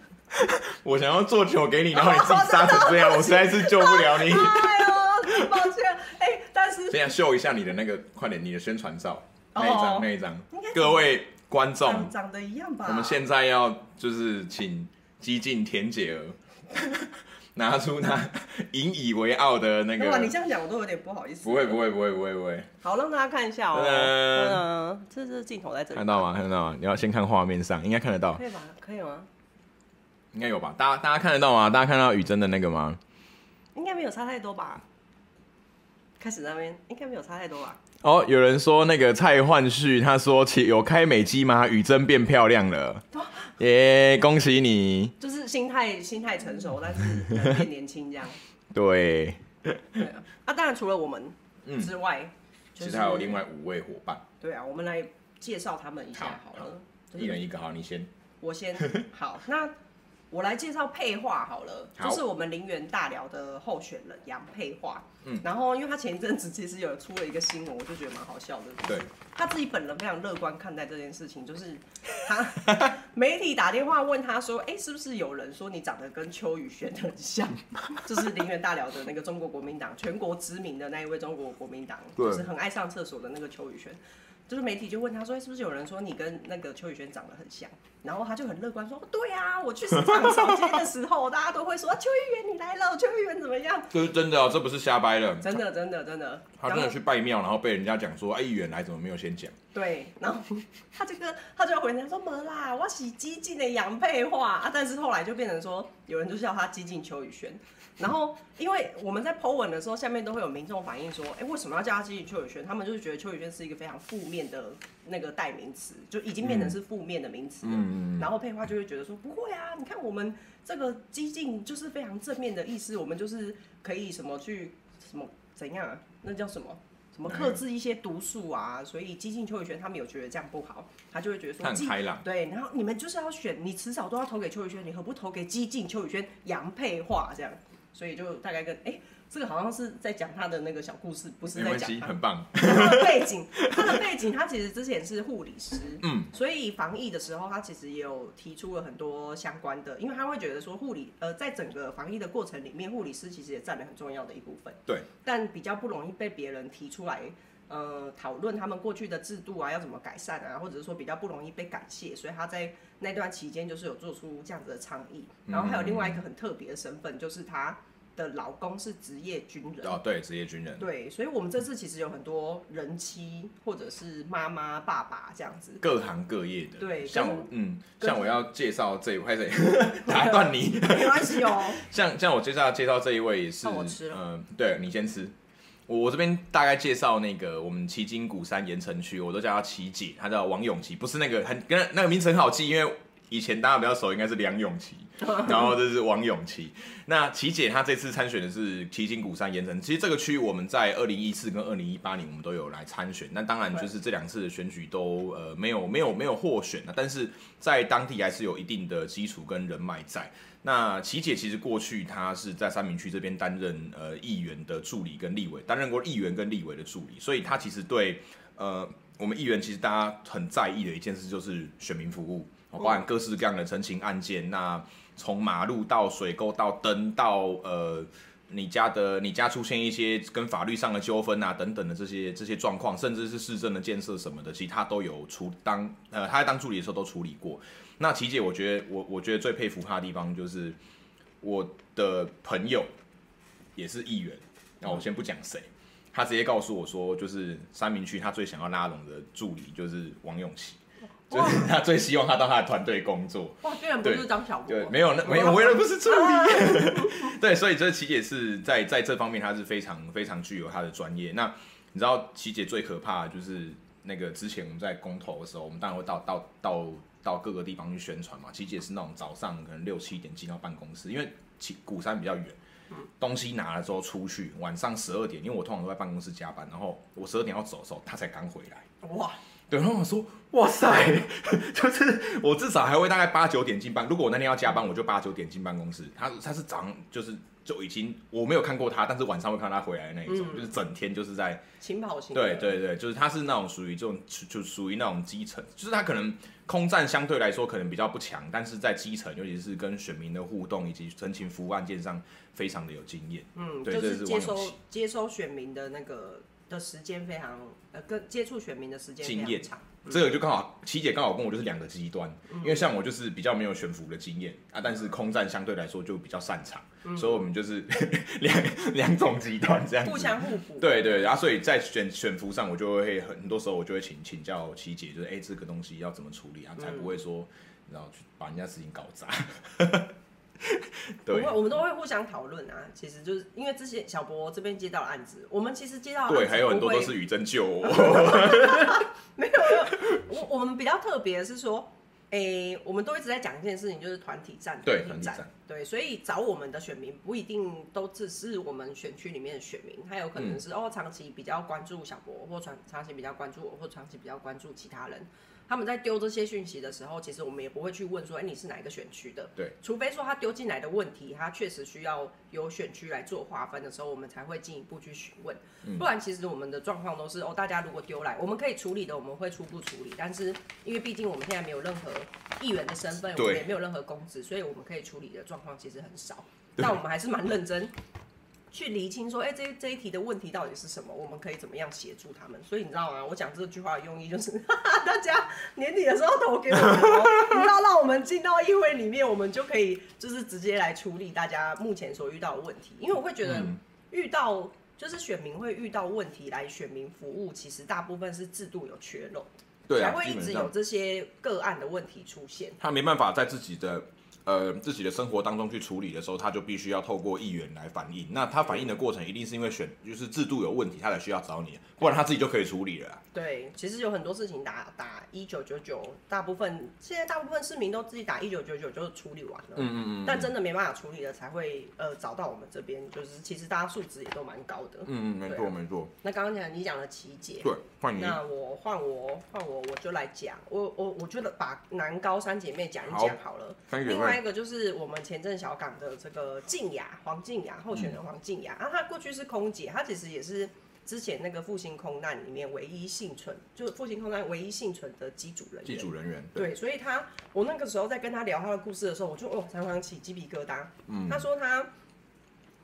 Speaker 2: 我想要做酒给你，然后你自己杀成这
Speaker 1: 哦
Speaker 2: 样，我实在是救不了你。
Speaker 1: 哎呦，抱歉，哎、但是
Speaker 2: 等一下秀一下你的那个，快点，你的宣传照那一
Speaker 1: 哦
Speaker 2: 张那一张
Speaker 1: 应该，是
Speaker 2: 各位观
Speaker 1: 长
Speaker 2: 众，
Speaker 1: 长得一样吧？
Speaker 2: 我们现在要就是请激进田姐儿 拿出她引以为傲的那
Speaker 1: 哇，你
Speaker 2: 个。
Speaker 1: 这样讲我都有点不好意思。
Speaker 2: 不会不会不会不会不会，
Speaker 1: 好，让大家看一下哦。
Speaker 2: 噔噔
Speaker 1: 嗯，这这镜头在这
Speaker 2: 看
Speaker 1: 里，
Speaker 2: 到吗？看到吗？你要先看画面上，应该看得到，
Speaker 1: 可以吗？可以吗？
Speaker 2: 应该有吧？大家大家看得到吗？大家看到雨珍的那个吗？
Speaker 1: 应该没有差太多吧？开始那边应该没有差太多吧？
Speaker 2: 哦，有人说那个蔡焕旭，他说其有开美肌吗？雨珍变漂亮 了，耶、恭喜你！
Speaker 1: 就是心态心态成
Speaker 2: 嗯
Speaker 1: 熟，但是人变年轻这 样。
Speaker 2: 对，
Speaker 1: 对啊，啊，当然除了我们之外，就
Speaker 2: 嗯其
Speaker 1: 是
Speaker 2: 实还有另外五位伙伴，
Speaker 1: 对啊，我们来介绍他们一下
Speaker 2: 好
Speaker 1: 好了。就是
Speaker 2: 一人一个，好，你先。
Speaker 1: 我 先好，那我来介绍配画好了，
Speaker 2: 好
Speaker 1: 就是我们林园大寮的候选人杨配画。
Speaker 2: 嗯
Speaker 1: 嗯，然后因为他前一阵子其实有出了一个新闻，我就觉得蛮好笑的。
Speaker 2: 对，
Speaker 1: 他自己本人非常乐观看待这件事情，就是 他媒体打电话问他说：“哎、是不是有人说你长得跟邱宇轩很像？” 就是林园大寮的那个中国国民党全国知名的那一位中国国民党，
Speaker 2: 对
Speaker 1: 就是很爱上厕所的那个邱宇轩。就是媒体就问他说：“哎是不是有人说你跟那个邱宇轩长得很像？”然后他就很乐观说：“对啊，我去市场扫街的时候，大家都会说啊邱议员你来了，邱议员怎么样？
Speaker 2: 这是真的哦，这不是瞎掰了。
Speaker 1: 真的，真的，真的。
Speaker 2: 他
Speaker 1: 然
Speaker 2: 真
Speaker 1: 后
Speaker 2: 的去拜庙，然后被人家讲说，哎、议员来怎么没有先讲？
Speaker 1: 对，然后他这个他就回答说没啦，我洗激进的洋配话啊，但是后来就变成说有人就叫他激进邱宇轩，然后因为我们在 Po 文的时候，下面都会有民众反映说，哎、为什么要叫他激进邱宇轩？他们就是觉得邱宇轩是一个非常负面的那个代名词，就已经变成是负面的名词了。
Speaker 2: 嗯
Speaker 1: 然后配花就会觉得说不会啊，你看我们这个激进就是非常正面的意思，我们就是可以什么去什么怎样啊，那叫什么？什么克制一些毒素啊？所以激进邱宇轩他们有觉得这样不好，他就会觉得
Speaker 2: 他
Speaker 1: 说
Speaker 2: 很
Speaker 1: 激
Speaker 2: 开朗，
Speaker 1: 对，然后你们就是要选，你迟早都要投给邱宇轩，你何不投给激进邱宇轩杨配化这样？所以就大概跟哎、这个好像是在讲他的那个小故事，不是在
Speaker 2: 没关
Speaker 1: 讲
Speaker 2: 系，
Speaker 1: 他
Speaker 2: 很棒。
Speaker 1: 他的背景，他的背景，他其实之前是护理师，
Speaker 2: 嗯，
Speaker 1: 所以防疫的时候，他其实也有提出了很多相关的，因为他会觉得说护理，呃，在整个防疫的过程里面，护理师其实也占了很重要的一部分，
Speaker 2: 对，
Speaker 1: 但比较不容易被别人提出来。呃，讨论他们过去的制度啊，要怎么改善啊，或者是说比较不容易被感谢，所以他在那段期间就是有做出这样子的倡议。然后还有另外一个很特别的身份，就是她的老公是职业军人，
Speaker 2: 哦，对，职业军人，
Speaker 1: 对，所以我们这次其实有很多人妻或者是妈妈、爸爸这样子。
Speaker 2: 各行各业的。
Speaker 1: 对
Speaker 2: 像
Speaker 1: 跟
Speaker 2: 我，嗯，
Speaker 1: 跟
Speaker 2: 像我要介绍这一位，谁 打断你？
Speaker 1: 没关系哦，
Speaker 2: 像像我介绍介绍这一位也是，
Speaker 1: 换我吃了
Speaker 2: 嗯，对你先吃。我我这边大概介绍那个我们旗津鼓山盐城区，我都叫她旗姐，她叫王永琪，不是那个很跟那个名字很好记，因为以前大家比较熟应该是梁 咏琪，然后这是王永琪。那琪姐她这次参选的是旗津鼓山盐城，其实这个区我们在二零一四跟二零一八年我们都有来参选，那当然就是这两次的选举都呃没有没有没有获选啊，但是在当地还是有一定的基础跟人脉在。那琪姐其实过去她是在三明区这边担任呃议员的助理跟立委，担任过议员跟立委的助理，所以她其实对呃我们议员其实大家很在意的一件事就是选民服务，哦包含各式各样的陈情案件，那从马路到水沟到灯到呃。你家的你家出现一些跟法律上的纠纷啊等等的这些这些状况，甚至是市政的建设什么的，其实她都有处当呃她在当助理的时候都处理过。那琪姐，我觉得我我觉得最佩服她的地方就是我的朋友也是议员，那我先不讲谁，他直接告诉我说，就是三明区他最想要拉拢的助理就是王永琪，就是他最希望他到他的团队工作。
Speaker 1: 哇，居然不是
Speaker 2: 对
Speaker 1: 张小啊博，
Speaker 2: 对，没有那没有，我也不是助理。 对，所以这琪姐是在在这方面，她是非常非常具有她的专业。那你知道琪姐最可怕的就是那个之前我们在公投的时候，我们当然会到到到到各个地方去宣传嘛。琪姐是那种早上可能六七点进到办公室，因为其鼓山比较远。东西拿了之后出去，晚上十二点，因为我通常都在办公室加班，然后我十二点要走的时候，她才刚回来。
Speaker 1: 哇，
Speaker 2: 对，然后我说，哇塞， 就是我至少还会大概八九点进办。如果我那天要加班，我就八九点进办公室。他他是早上就是就已经我没有看过他，但是晚上会看到他回来的那一种，就是整天就是在
Speaker 1: 勤跑型，
Speaker 2: 对，对对，就是他是那种属于这种就就属于那种基层，就是他可能空战相对来说可能比较不强，但是在基层，尤其是跟选民的互动以及申请服务案件上，非常的有经验。
Speaker 1: 嗯，
Speaker 2: 对
Speaker 1: 就
Speaker 2: 这是
Speaker 1: 接
Speaker 2: 王
Speaker 1: 收
Speaker 2: 永琪
Speaker 1: 接收选民的那个的时间非常，呃，跟接触选民的时间
Speaker 2: 经
Speaker 1: 非
Speaker 2: 验
Speaker 1: 常长，
Speaker 2: 这个就刚好，琪姐刚好跟我就是两个极端，
Speaker 1: 嗯
Speaker 2: 因为像我就是比较没有悬浮的经验啊，但是空战相对来说就比较擅长，所以我们就是 两两种极端这样
Speaker 1: 嗯互
Speaker 2: 子。
Speaker 1: 相互补，
Speaker 2: 对对，啊然、后所以在选选服上，我就会很多时候我就会请请教琪姐，就是哎、这个东西要怎么处理啊，才
Speaker 1: 嗯
Speaker 2: 不会说然后去把人家事情搞砸。
Speaker 1: 我
Speaker 2: 对
Speaker 1: 们我们都会互相讨论啊。其实就是因为之前小博这边接到的案子，我们其实接到的案
Speaker 2: 对，
Speaker 1: 子
Speaker 2: 还有很
Speaker 1: 不
Speaker 2: 多
Speaker 1: 会
Speaker 2: 都是雨珍 救我。
Speaker 1: 没有没有，我我们比较特别的是说，诶、我们都一直在讲一件事情，就是团体战，
Speaker 2: 对
Speaker 1: 团
Speaker 2: 团
Speaker 1: 体
Speaker 2: 体
Speaker 1: 战
Speaker 2: 战，
Speaker 1: 对，所以找我们的选民不一定都只是我们选区里面的选民，他有可能
Speaker 2: 嗯
Speaker 1: 是、哦长期比较关注小博，或长长期比较关注我，或长期比较关注其他人。他们在丢这些讯息的时候，其实我们也不会去问说，哎、你是哪一个选区的？
Speaker 2: 对，
Speaker 1: 除非说他丢进来的问题，他确实需要由选区来做划分的时候，我们才会进一步去询问。
Speaker 2: 嗯
Speaker 1: 不然其实我们的状况都是哦，大家如果丢来，我们可以处理的，我们会初步处理。但是因为毕竟我们现在没有任何议员的身份，我们
Speaker 2: 对
Speaker 1: 也没有任何公职，所以我们可以处理的状况其实很少。但我们还是蛮认真去厘清说，哎、这这一题的问题到底是什么？我们可以怎么样协助他们？所以你知道吗？我讲这句话的用意就是， 哈哈，大家年底的时候投给我们哦，你知道，让我们进到议会里面，我们就可以就是直接来处理大家目前所遇到的问题。因为我会觉得
Speaker 2: 嗯
Speaker 1: 遇到。就是选民会遇到问题来选民服务，其实大部分是制度有缺漏，
Speaker 2: 对
Speaker 1: 才
Speaker 2: 啊，
Speaker 1: 会
Speaker 2: 基
Speaker 1: 一
Speaker 2: 本
Speaker 1: 直有
Speaker 2: 上
Speaker 1: 这些个案的问题出现。
Speaker 2: 他没办法在自己的呃自己的生活当中去处理的时候，他就必须要透过议员来反映。那他反映的过程一定是因为选就是制度有问题，他才需要找你，不然他自己就可以处理了啊、
Speaker 1: 对，其实有很多事情打打一九九九，大部分现在大部分市民都自己打一九九九就处理完了。嗯嗯嗯。但真的没办法处理的，才会呃找到我们这边，就是其实大家素质也都蛮高的。
Speaker 2: 嗯嗯，没
Speaker 1: 对
Speaker 2: 错
Speaker 1: 啊
Speaker 2: 没错，
Speaker 1: 那刚刚讲你讲了琪姐，
Speaker 2: 对，换你。
Speaker 1: 那我换我换我我就来讲，我我我觉得把南高三姐妹讲一
Speaker 2: 好
Speaker 1: 讲好了。
Speaker 2: 三姐妹
Speaker 1: 另外外一个就是我们前镇小港的这个静雅黄静雅候选人黄静雅，啊，她过去是空姐，她其实也是之前那个复兴空难里面唯一幸存，就是复兴空难唯一幸存的机组人员。
Speaker 2: 祭祖人员，
Speaker 1: 对，所以他，我那个时候在跟他聊他的故事的时候，我就哦，常常起鸡皮疙瘩。
Speaker 2: 嗯
Speaker 1: 他说他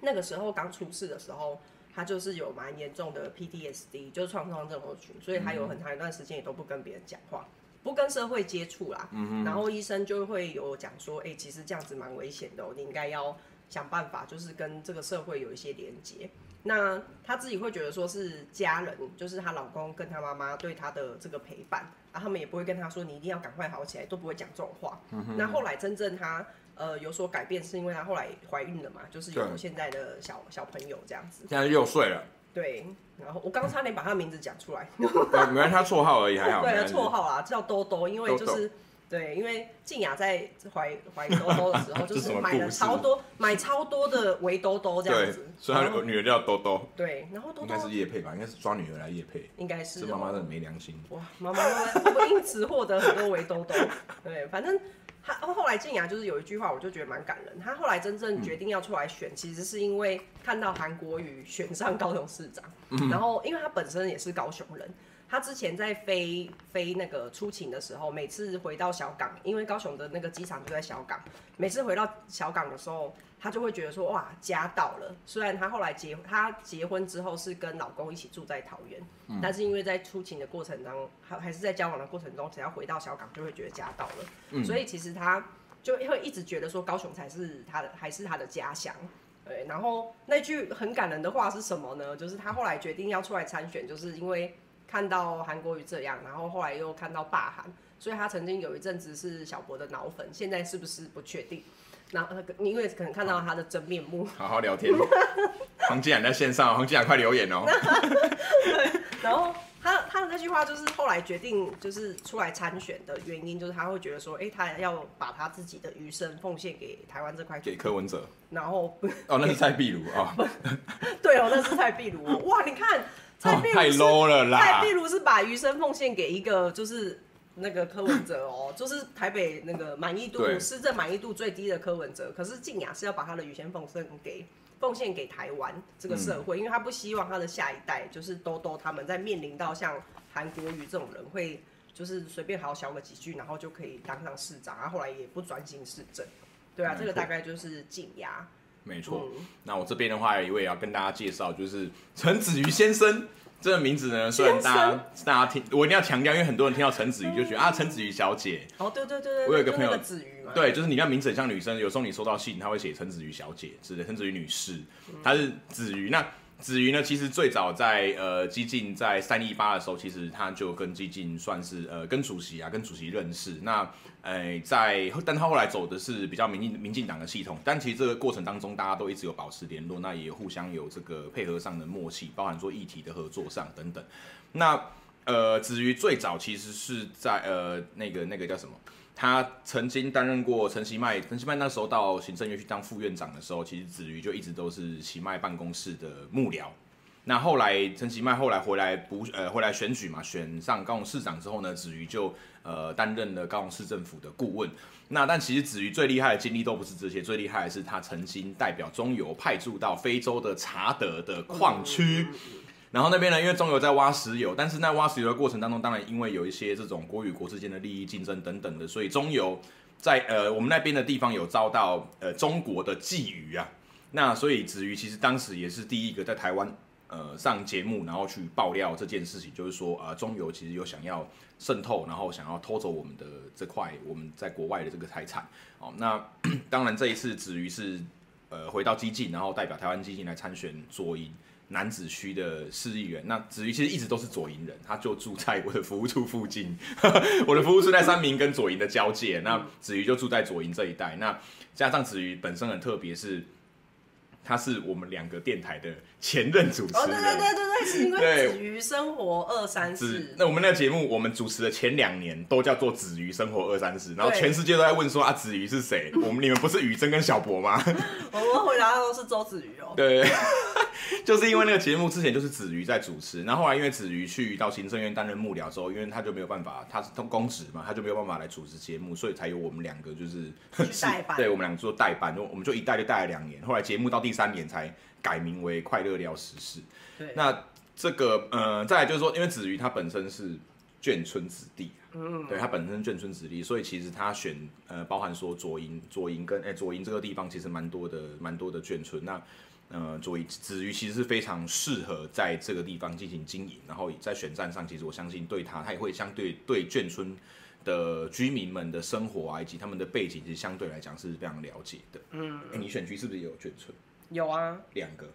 Speaker 1: 那个时候刚出事的时候，他就是有蛮严重的 PTSD，就是创伤症候群，所以他有很长一段时间也都不跟别人讲话，不跟社会接触啦。然后医生就会有讲说，哎、其实这样子蛮危险的哦、你应该要想办法，就是跟这个社会有一些连接。那她自己会觉得说是家人，就是她老公跟她妈妈对她的这个陪伴，啊，他们也不会跟她说你一定要赶快好起来，都不会讲这种话。那后来真正她呃有所改变，是因为她后来怀孕了嘛，就是有
Speaker 2: 对
Speaker 1: 现在的小小朋友这样子。
Speaker 2: 现在六岁了，
Speaker 1: 对，然后我刚差点把她的名字讲出来，
Speaker 2: 对，没呃关系，他绰号而已，还好，
Speaker 1: 对
Speaker 2: 没
Speaker 1: 啊，
Speaker 2: 关系
Speaker 1: 绰号啊叫兜兜，因为就
Speaker 2: 兜
Speaker 1: 是对，因为静雅在怀 怀兜兜的时 候，就
Speaker 2: 这什
Speaker 1: 是
Speaker 2: 么
Speaker 1: 买了
Speaker 2: 故事
Speaker 1: 超多买超多的围兜兜这样
Speaker 2: 对
Speaker 1: 子，，
Speaker 2: 所以他
Speaker 1: 然后
Speaker 2: 的女儿叫兜兜，
Speaker 1: 对，然后兜
Speaker 2: 应
Speaker 1: 兜
Speaker 2: 该是叶配吧，应该是抓女儿来叶配，
Speaker 1: 应该是
Speaker 2: 这妈妈
Speaker 1: 哦
Speaker 2: 真的没良心，
Speaker 1: 哇，妈妈会会因此获得很多围兜兜。对，反正他后来静雅就是有一句话，我就觉得蛮感人。他后来真正决定要出来选，其实是因为看到韩国瑜选上高雄市长，然后因为他本身也是高雄人。他之前在飞飞那个出勤的时候，每次回到小港，因为高雄的那个机场就在小港，每次回到小港的时候，他就会觉得说哇家到了。虽然他后来结他结婚之后是跟老公一起住在桃园，但是因为在出勤的过程当中，还还是在交往的过程中，只要回到小港就会觉得家到了，
Speaker 2: 嗯
Speaker 1: 所以其实他就会一直觉得说高雄才是他的，还是他的家乡。对，然后那句很感人的话是什么呢？就是他后来决定要出来参选，就是因为看到韩国瑜这样，然后后来又看到霸韩，所以他曾经有一阵子是小博的脑粉，现在是不是不确定？然后呃因为可能看到他的真面目，
Speaker 2: 好好聊 天。黄静雅在线上，黄静雅快留言哦，
Speaker 1: 然后他他的那句话就是后来决定就是出来参选的原因，就是他会觉得说，哎、他要把他自己的余生奉献给台湾这块土
Speaker 2: 给
Speaker 1: 地。
Speaker 2: 柯文哲，
Speaker 1: 然后，
Speaker 2: 哦，那是蔡壁如啊，哦
Speaker 1: 对哦，那是蔡壁如哦，哇，你看蔡壁如
Speaker 2: 太
Speaker 1: 是
Speaker 2: low 了啦
Speaker 1: 蔡壁，如是把余生奉献给一个就是那个柯文哲哦，就是台北那个满意度
Speaker 2: 对
Speaker 1: 市政满意度最低的柯文哲，可是静雅是要把他的余生奉献给奉献给台湾这个
Speaker 2: 嗯
Speaker 1: 社会，因为他不希望他的下一代就是兜兜他们在面临到像韩国瑜这种人会。就是随便好好小个几句，然后就可以当上市长，然后后来也不专心市政，对啊，
Speaker 2: 没
Speaker 1: 这个
Speaker 2: 错
Speaker 1: 大概就是静雅，
Speaker 2: 没错。
Speaker 1: 嗯，
Speaker 2: 那我这边的话，有一位要跟大家介绍，就是陈子瑜先生。这个名字呢，虽然大家大家听，我一定要强调，因为很多人听到陈子瑜就觉得啊，陈子瑜小姐，
Speaker 1: 哦，对对对对，
Speaker 2: 我有一个
Speaker 1: 就
Speaker 2: 朋友
Speaker 1: 那子瑜嘛，
Speaker 2: 对，就是你看名字很像女生，有时候你收到信，她会写陈子瑜小姐之类，陈子瑜女士，她是子瑜。那子瑜呢，其实最早在呃激进在三一八的时候，其实她就跟激进算是呃跟主席啊跟主席认识。那呃在，但她后来走的是比较民进民进党的系统，但其实这个过程当中，大家都一直有保持联络，那也互相有这个配合上的默契，包含说议题的合作上等等。那呃，子瑜最早其实是在呃那个那个叫什么？他曾经担任过陈其迈，陈其迈那时候到行政院去当副院长的时候，其实子瑜就一直都是其迈办公室的幕僚。那后来陈其迈后来回来补呃回来选举嘛，选上高雄市长之后呢，子瑜就呃担任了高雄市政府的顾问。那但其实子瑜最厉害的经历都不是这些，最厉害的是他曾经代表中油派驻到非洲的查德的矿区。然后那边呢，因为中油在挖石油，但是在挖石油的过程当中，当然因为有一些这种国与国之间的利益竞争等等的，所以中油在呃我们那边的地方有遭到呃中国的觊觎啊。那所以子瑜其实当时也是第一个在台湾呃上节目，然后去爆料这件事情，就是说呃中油其实有想要渗透，然后想要偷走我们的这块我们在国外的这个财产。哦，那 当然这一次子瑜是呃回到激进，然后代表台湾激进来参选左营南子区的市议员。那子瑜其实一直都是左营人，他就住在我的服务处附近， 我的服务处在三明跟左营的交界。那子瑜就住在左营这一带。那加上子瑜本身很特别，是他是我们两个电台的前任主持人。
Speaker 1: 哦，对对对对对，是因为
Speaker 2: 对
Speaker 1: 子瑜生活二三
Speaker 2: 子
Speaker 1: 四，
Speaker 2: 那我们那个节目，我们主持的前两年都叫做“子瑜生活二三四”，然后
Speaker 1: 对
Speaker 2: 全世界都在问说啊，子瑜 是谁？我们你们不是宇珍跟小博吗？
Speaker 1: 我们回答的都是周子瑜哦。
Speaker 2: 对，就是因为那个节目之前就是子瑜在主持，然后后来因为子瑜去到行政院担任幕僚之后，因为他就没有办法，他是公职嘛，他就没有办法来主持节目，所以才有我们两个就是
Speaker 1: 去 代班
Speaker 2: 对我们 两个做代班，就我们就一代就带了两年，后来节目到第三年才改名为快乐聊时事。
Speaker 1: 对，
Speaker 2: 那这个呃，再来就是说，因为子瑜他本身是眷村子弟、嗯，对他本身是眷村子弟，所以其实他选呃，包含说左营、左营跟哎、左营这个地方其实蛮多的，蛮多的眷村。那呃，左营子瑜其实是非常适合在这个地方进行经营，然后在选战上，其实我相信对他，他也会相对对眷村。的居民们的生活啊，以及他们的背景，其实相对来讲是非常了解的。嗯，你选区是不是也有眷村？
Speaker 1: 有啊，
Speaker 2: 两个，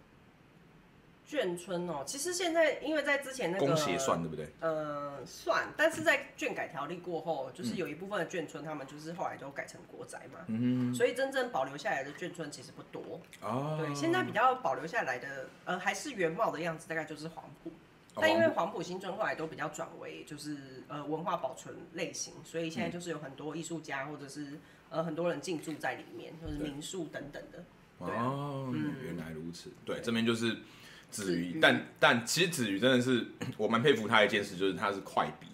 Speaker 1: 眷村哦、其实现在因为在之前那个
Speaker 2: 公协算对不对？
Speaker 1: 呃，算，但是在眷改条例过后，就是有一部分的眷村，他们就是后来都改成国宅嘛，
Speaker 2: 嗯
Speaker 1: 所以真正保留下来的眷村其实不多。
Speaker 2: 哦，
Speaker 1: 对，现在比较保留下来的，呃，还是原貌的样子，大概就是黄埔。
Speaker 2: 哦
Speaker 1: 但因为黄埔新村后来都比较转为就是呃文化保存类型，所以现
Speaker 2: 嗯
Speaker 1: 在就是有很多艺术家或者是呃很多人进驻在里面，就是民宿等等的。对啊
Speaker 2: 哦，原来如此。对，这边就是子
Speaker 1: 子
Speaker 2: 瑜
Speaker 1: 瑜，
Speaker 2: 但但其实子瑜真的是我蛮佩服他的一件事，就是他是快笔，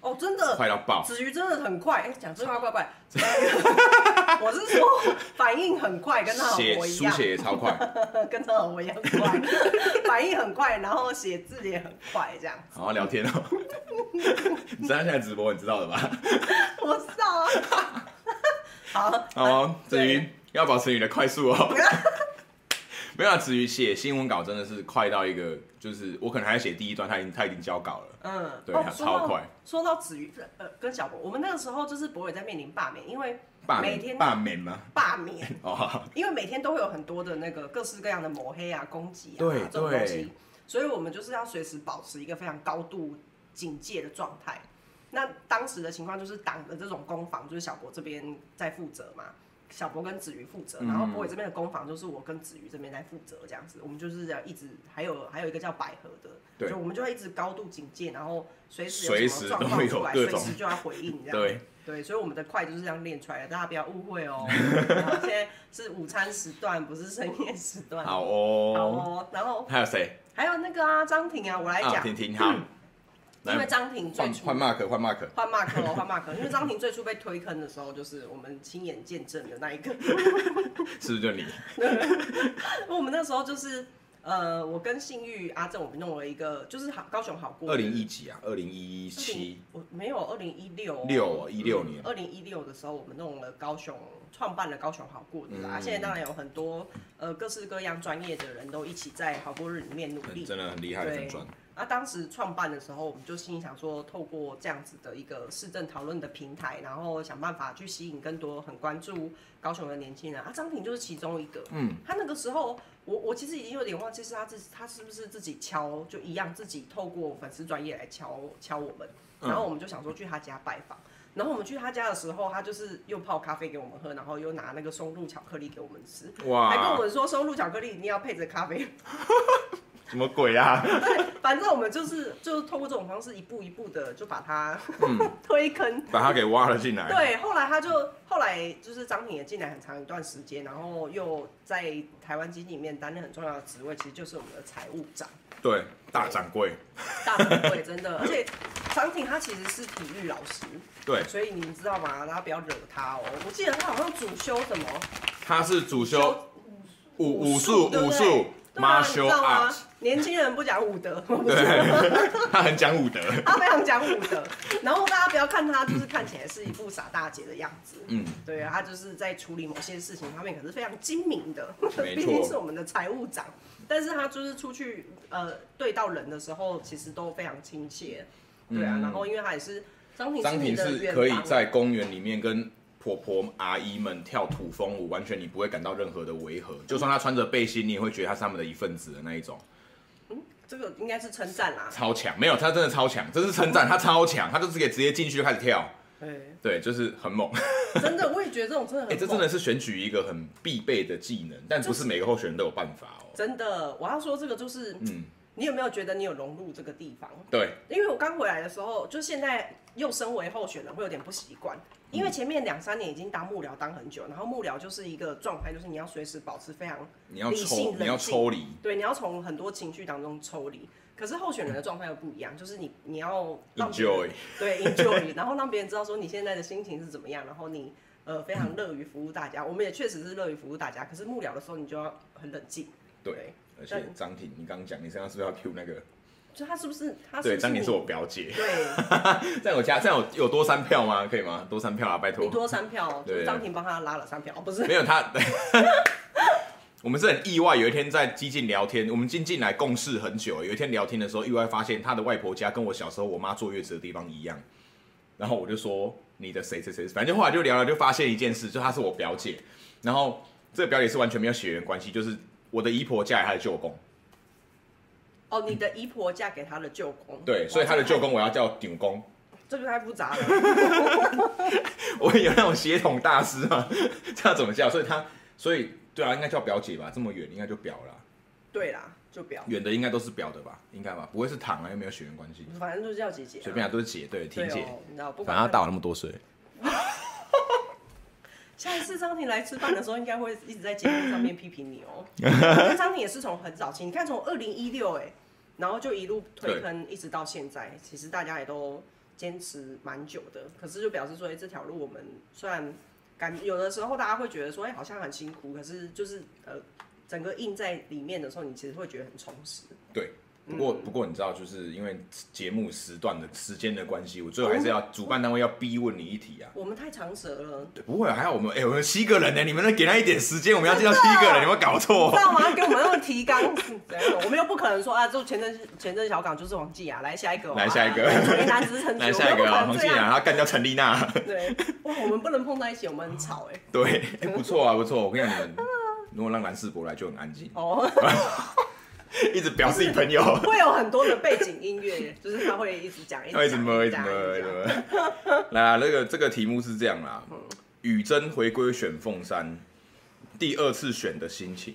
Speaker 1: 哦，真的，
Speaker 2: 快到爆。
Speaker 1: 子瑜真的很快，哎、讲这话怪怪。 我是说反应很快，跟他老
Speaker 2: 写
Speaker 1: 婆一
Speaker 2: 书
Speaker 1: 样，
Speaker 2: 写也超快，
Speaker 1: 跟他老婆一样快， 反应很快，然后写字也很快，这样。
Speaker 2: 好好聊天 哦。你知道他现在直播，你知道的吧？
Speaker 1: 我知道啊。 好，
Speaker 2: 好哦，子
Speaker 1: 啊对
Speaker 2: 瑜要保持你的快速 哦。没有啊，子瑜写新闻稿真的是快到一个，就是我可能还在写第一段，他已经他已经交稿了。
Speaker 1: 嗯，
Speaker 2: 对
Speaker 1: 哦
Speaker 2: 他
Speaker 1: 说
Speaker 2: 超
Speaker 1: 到
Speaker 2: 快
Speaker 1: 说到子瑜，呃，跟小博，我们那个时候就是博伟在面临罢免，因为
Speaker 2: 罢
Speaker 1: 每
Speaker 2: 免
Speaker 1: 天
Speaker 2: 罢免吗？
Speaker 1: 罢免，
Speaker 2: 哦，
Speaker 1: 因为每天都会有很多的那个各式各样的抹黑啊、攻击啊
Speaker 2: 对
Speaker 1: 这种东
Speaker 2: 对
Speaker 1: 西，所以我们就是要随时保持一个非常高度警戒的状态。那当时的情况就是党的这种攻防，就是小博这边在负责嘛，小博跟子瑜负责，然后博伟这边的攻防就是我跟子瑜这边在负责这样子，我们就是要一直还有还有一个叫百合
Speaker 2: 对
Speaker 1: 的，就我们就会一直高度警戒，然后随时
Speaker 2: 随
Speaker 1: 有什
Speaker 2: 时
Speaker 1: 么
Speaker 2: 都
Speaker 1: 状况
Speaker 2: 有
Speaker 1: 出来，
Speaker 2: 各
Speaker 1: 随
Speaker 2: 种
Speaker 1: 时就要回应这样。
Speaker 2: 对，
Speaker 1: 对，所以我们的快就是这样练出来的，大家不要误会 哦。然后现在是午餐时段，不是深夜时段。
Speaker 2: 好
Speaker 1: 好
Speaker 2: 哦。
Speaker 1: 哦，然后
Speaker 2: 还有谁？
Speaker 1: 还有那个啊，张婷啊，我来
Speaker 2: 啊，
Speaker 1: 讲，
Speaker 2: 婷婷好，
Speaker 1: 因为
Speaker 2: 来
Speaker 1: 张婷最
Speaker 2: 换
Speaker 1: 初
Speaker 2: 换 Mark，换 Mark。
Speaker 1: 换 Mark 哦，换 Mark，因为张婷最初被推坑的时候，就是我们亲眼见证的那一个。
Speaker 2: 是不是就你？
Speaker 1: 我们那时候就是呃，我跟信誉阿正，我们弄了一个，就是好高雄好过
Speaker 2: 二零一几啊？二零一七
Speaker 1: 我没有二零一六
Speaker 2: 六啊哦一六年，
Speaker 1: 嗯二零一六的时候，我们弄了高雄，创办了高雄好过日啊。
Speaker 2: 嗯
Speaker 1: 现在当然有很多呃各式各样专业的人都一起在好过日里面努
Speaker 2: 很
Speaker 1: 力。
Speaker 2: 真的很厉害，
Speaker 1: 对
Speaker 2: 很赚。，
Speaker 1: 那、当时创办的时候，我们就心里想说，透过这样子的一个市政讨论的平台，然后想办法去吸引更多很关注高雄的年轻人啊。张婷就是其中一个，嗯，他那个时候，我我其实已经有点忘记是他自他是不是自己敲，就一样自己透过粉丝专业来敲敲我们，然后我们就想说去他家拜访。然后我们去他家的时候，他就是又泡咖啡给我们喝，然后又拿那个松露巧克力给我们吃，还跟我
Speaker 2: 哇，
Speaker 1: 们说松露巧克力一定要配着咖啡
Speaker 2: 什么鬼啊？
Speaker 1: 反正我们就是就是透过这种方式一步一步的就把他、 推坑。
Speaker 2: 把他给挖了进来。
Speaker 1: 对，后来他就后来就是张挺也进来很长一段时间，然后又在台湾基金里面担任很重要的职位，其实就是我们的财务长，
Speaker 2: 对，大掌柜。
Speaker 1: 大部会真 的。而且张挺他其实是体育老师，
Speaker 2: 对，
Speaker 1: 所以你们知道吗？大家不要惹他哦。我记得他好像主修什么
Speaker 2: 他是主修武
Speaker 1: 武
Speaker 2: 武术
Speaker 1: 对不
Speaker 2: 武
Speaker 1: 对
Speaker 2: 术
Speaker 1: 对啊，你知
Speaker 2: martial
Speaker 1: 道吗
Speaker 2: art，？
Speaker 1: 年轻人不讲武 德，
Speaker 2: 他很讲武德。
Speaker 1: 他非常讲武德，然后大家不要看他就是看起来是一副傻大姐的样子，
Speaker 2: 嗯，
Speaker 1: 对啊，他就是在处理某些事情方面可是非常精明的，
Speaker 2: 没错
Speaker 1: 毕竟是我们的财务长，但是他就是出去呃对到人的时候，其实都非常亲切，对啊，
Speaker 2: 嗯
Speaker 1: 然后因为他也是张庭
Speaker 2: 张
Speaker 1: 你
Speaker 2: 婷
Speaker 1: 的
Speaker 2: 是
Speaker 1: 远
Speaker 2: 可以
Speaker 1: 房
Speaker 2: 在公园里面跟婆婆阿姨们跳土风舞，完全你不会感到任何的违和。就算她穿着背心，你也会觉得她是他们的一份子的那一种。
Speaker 1: 这个应该是称赞啦，
Speaker 2: 超强，没有，他真的超强，这是称赞，他超强，他就是给直接进去就开始跳，
Speaker 1: 对，
Speaker 2: 对，就是很猛。
Speaker 1: 真的我也觉得这种真的
Speaker 2: 哎、
Speaker 1: 很，
Speaker 2: 这真的。是选举一个很必备的技能，但不是每个候选人都有办法哦。
Speaker 1: 真的，我要说这个就是，
Speaker 2: 嗯，
Speaker 1: 你有没有觉得你有融入这个地方？
Speaker 2: 对，
Speaker 1: 因为我刚回来的时候，就现在又身为候选人，会有点不习惯，
Speaker 2: 嗯
Speaker 1: 因为前面两三年已经当幕僚当很久，然后幕僚就是一个状态，就是你要随时保持非常
Speaker 2: 你要
Speaker 1: 理性
Speaker 2: 抽
Speaker 1: 冷，静
Speaker 2: 你要抽离，
Speaker 1: 对，你要从很多情绪当中抽离。可是候选人的状态又不一样，就是你你要让别人
Speaker 2: Enjoy
Speaker 1: 对 enjoy，然后让别人知道说你现在的心情是怎么样，然后你呃非常乐于服务大家，我们也确实是乐于服务大家。可是幕僚的时候，你就要很冷静。
Speaker 2: 对
Speaker 1: 对，
Speaker 2: 而且张婷，你刚刚讲，你身上是不是要 Q 那个？
Speaker 1: 就他是不是他是
Speaker 2: 对，
Speaker 1: 不是
Speaker 2: 张婷
Speaker 1: 你
Speaker 2: 是我表姐，
Speaker 1: 对，
Speaker 2: 在我家，这样有有多三票吗？可以吗？多三票啊，拜托
Speaker 1: 你。多三票，就是
Speaker 2: 对
Speaker 1: 张婷帮他拉了三票，哦不是
Speaker 2: 没有他， 我们是很意外。有一天在激进聊天，我们进进来共事很久。有一天聊天的时候，意外发现他的外婆家跟我小时候我妈坐月子的地方一样。然后我就说你的谁谁谁，反正后来就聊聊，就发现一件事，就她是我表姐。然后这个表姐是完全没有血缘关系，就是我的姨婆嫁给她的舅公。
Speaker 1: 哦，你的姨婆嫁给他的舅公，
Speaker 2: 对，
Speaker 1: 哇
Speaker 2: 所以她的舅，公
Speaker 1: 这
Speaker 2: 我要叫顶公。
Speaker 1: 太这个太复杂 了，
Speaker 2: 我有那种血统大师 嘛，这样怎么叫？所以她，所以对啊，应该叫表姐吧，这么远应该就表啦。
Speaker 1: 对啦，就表，
Speaker 2: 远的应该都是表的吧？应该吧？不会是糖啊，又没有血缘关系，
Speaker 1: 反正就是叫姐姐啊，
Speaker 2: 随便啊，都是姐，对，
Speaker 1: 对
Speaker 2: 婷
Speaker 1: 哦
Speaker 2: 姐。
Speaker 1: 你知道不
Speaker 2: 反
Speaker 1: 管
Speaker 2: 正她
Speaker 1: 他
Speaker 2: 大我那么多岁，
Speaker 1: 下一次张婷来吃饭的时候，应该会一直在节目上面批评你 哦。因为张婷也是从很早期，你看从二零一六哎，然后就一路推坑，一直到现在，其实大家也都坚持蛮久的。可是就表示说，哎、这条路我们虽然感有的时候大家会觉得说，哎、好像很辛苦，可是就是呃，整个印在里面的时候，你其实会觉得很充实。
Speaker 2: 对。不过不过你知道，就是因为节目时段的时间的关系，我最后还是要主办单位要逼问你一题啊。
Speaker 1: 我们太长舌了，
Speaker 2: 对，不会啊，还好我们哎、我们七个人呢，你们能给他一点时间，我们要见到七个人，有没有搞
Speaker 1: 知
Speaker 2: 错？
Speaker 1: 道吗？给我们那么提纲， 怎样我们又不可能说啊，就前阵前阵小港就是王继雅，来下一个哦、
Speaker 2: 来下一个
Speaker 1: 啊陈怡南只是陈
Speaker 2: 来下一个啊，黄信雅，他干掉陈 丽娜。
Speaker 1: 对，哇，我们不能碰在一起，我们很吵哎、
Speaker 2: 对，哎、不错啊，不错。我跟你讲，你们如果让蓝世博来就很安静，
Speaker 1: 哦，
Speaker 2: 一直表自己朋友。
Speaker 1: 会有很多的背景音乐，就是他会一直讲，一
Speaker 2: 要一
Speaker 1: 直
Speaker 2: 直
Speaker 1: 讲
Speaker 2: 摸，一直
Speaker 1: 讲
Speaker 2: 摸，一直
Speaker 1: 讲嗯
Speaker 2: 摸。 来啊，那个这个题目是这样啦，雨珍回归选凤山，第二次选的心情。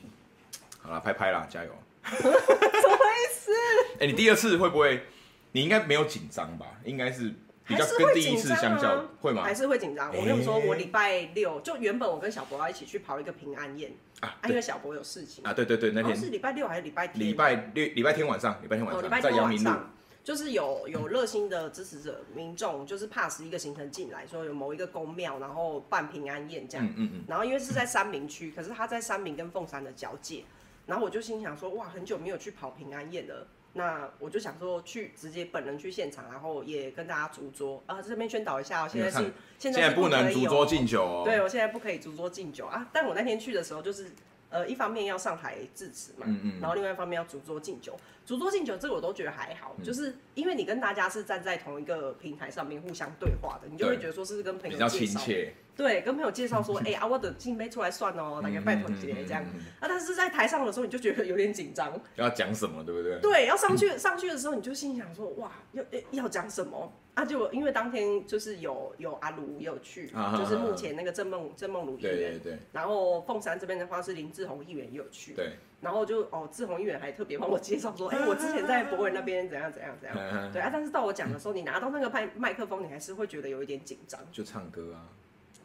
Speaker 2: 好啦，拍拍啦，加油！
Speaker 1: 什么意思？
Speaker 2: 哎、你第二次会不会？你应该没有紧张吧？应该是比
Speaker 1: 还
Speaker 2: 较
Speaker 1: 是
Speaker 2: 跟
Speaker 1: 会
Speaker 2: 第一
Speaker 1: 紧
Speaker 2: 次
Speaker 1: 张
Speaker 2: 相较，
Speaker 1: 啊，
Speaker 2: 会吗
Speaker 1: 还？是会紧张。我跟你说，
Speaker 2: 诶
Speaker 1: 我礼拜六就原本我跟小博要一起去跑一个平安宴，
Speaker 2: 啊
Speaker 1: 啊，，因为小博有事情，
Speaker 2: 啊，对对对，那
Speaker 1: 好像是
Speaker 2: 天
Speaker 1: 礼拜六还是礼拜天？
Speaker 2: 礼拜六、礼拜天晚上，礼拜天晚
Speaker 1: 哦，礼
Speaker 2: 上、
Speaker 1: 拜
Speaker 2: 在
Speaker 1: 天
Speaker 2: 阳
Speaker 1: 晚
Speaker 2: 明路，
Speaker 1: 上，就是有有热心的支持者民众，就是 pass 一个行程进来，说有某一个宫庙，然后办平安宴这样。
Speaker 2: 嗯嗯嗯，
Speaker 1: 然后因为是在三明区，可是他在三明跟凤山的交界，然后我就心想说，哇，很久没有去跑平安宴了。那我就想说去直接本人去现场，然后也跟大家逐桌啊，这边宣导一下哦，现在
Speaker 2: 你
Speaker 1: 是
Speaker 2: 看
Speaker 1: 现
Speaker 2: 现
Speaker 1: 在
Speaker 2: 在
Speaker 1: 是
Speaker 2: 不能
Speaker 1: 可以
Speaker 2: 逐
Speaker 1: 哦
Speaker 2: 桌敬酒哦。
Speaker 1: 对，我现在不可以逐桌敬酒啊。但我那天去的时候，就是呃，一方面要上台致辞嘛，
Speaker 2: 嗯嗯
Speaker 1: 然后另外一方面要逐桌敬酒。逐桌敬酒这个我都觉得还
Speaker 2: 嗯
Speaker 1: 好，就是因为你跟大家是站在同一个平台上面互相对话的，你就会
Speaker 2: 对
Speaker 1: 觉得说是跟朋
Speaker 2: 比
Speaker 1: 友
Speaker 2: 较
Speaker 1: 介
Speaker 2: 亲
Speaker 1: 绍
Speaker 2: 切，
Speaker 1: 对，跟朋友介绍 说，哎、啊，我等敬杯出来算哦，大概拜托
Speaker 2: 嗯
Speaker 1: 姐这样。啊，但是在台上的时候，你就觉得有点紧张。
Speaker 2: 要讲什么，对不对？
Speaker 1: 对，要上去上去的时候，你就心想说，哇，要诶要讲什么？啊，就因为当天就是有有阿卢也有去，
Speaker 2: 啊哈
Speaker 1: 就是
Speaker 2: 哈
Speaker 1: 目
Speaker 2: 哈
Speaker 1: 前那个郑梦郑梦如议
Speaker 2: 对对
Speaker 1: 员，
Speaker 2: 对
Speaker 1: 然后凤山这边的话是林志宏议员也有去，
Speaker 2: 对
Speaker 1: 然后就哦，志宏议员还特别帮我介绍说，哎、我之前在博文那边怎样怎样怎样，
Speaker 2: 对，
Speaker 1: 对啊，但是到我讲的时候，你拿到那个麦麦克风，你还是会觉得有一点紧张。
Speaker 2: 就唱歌啊，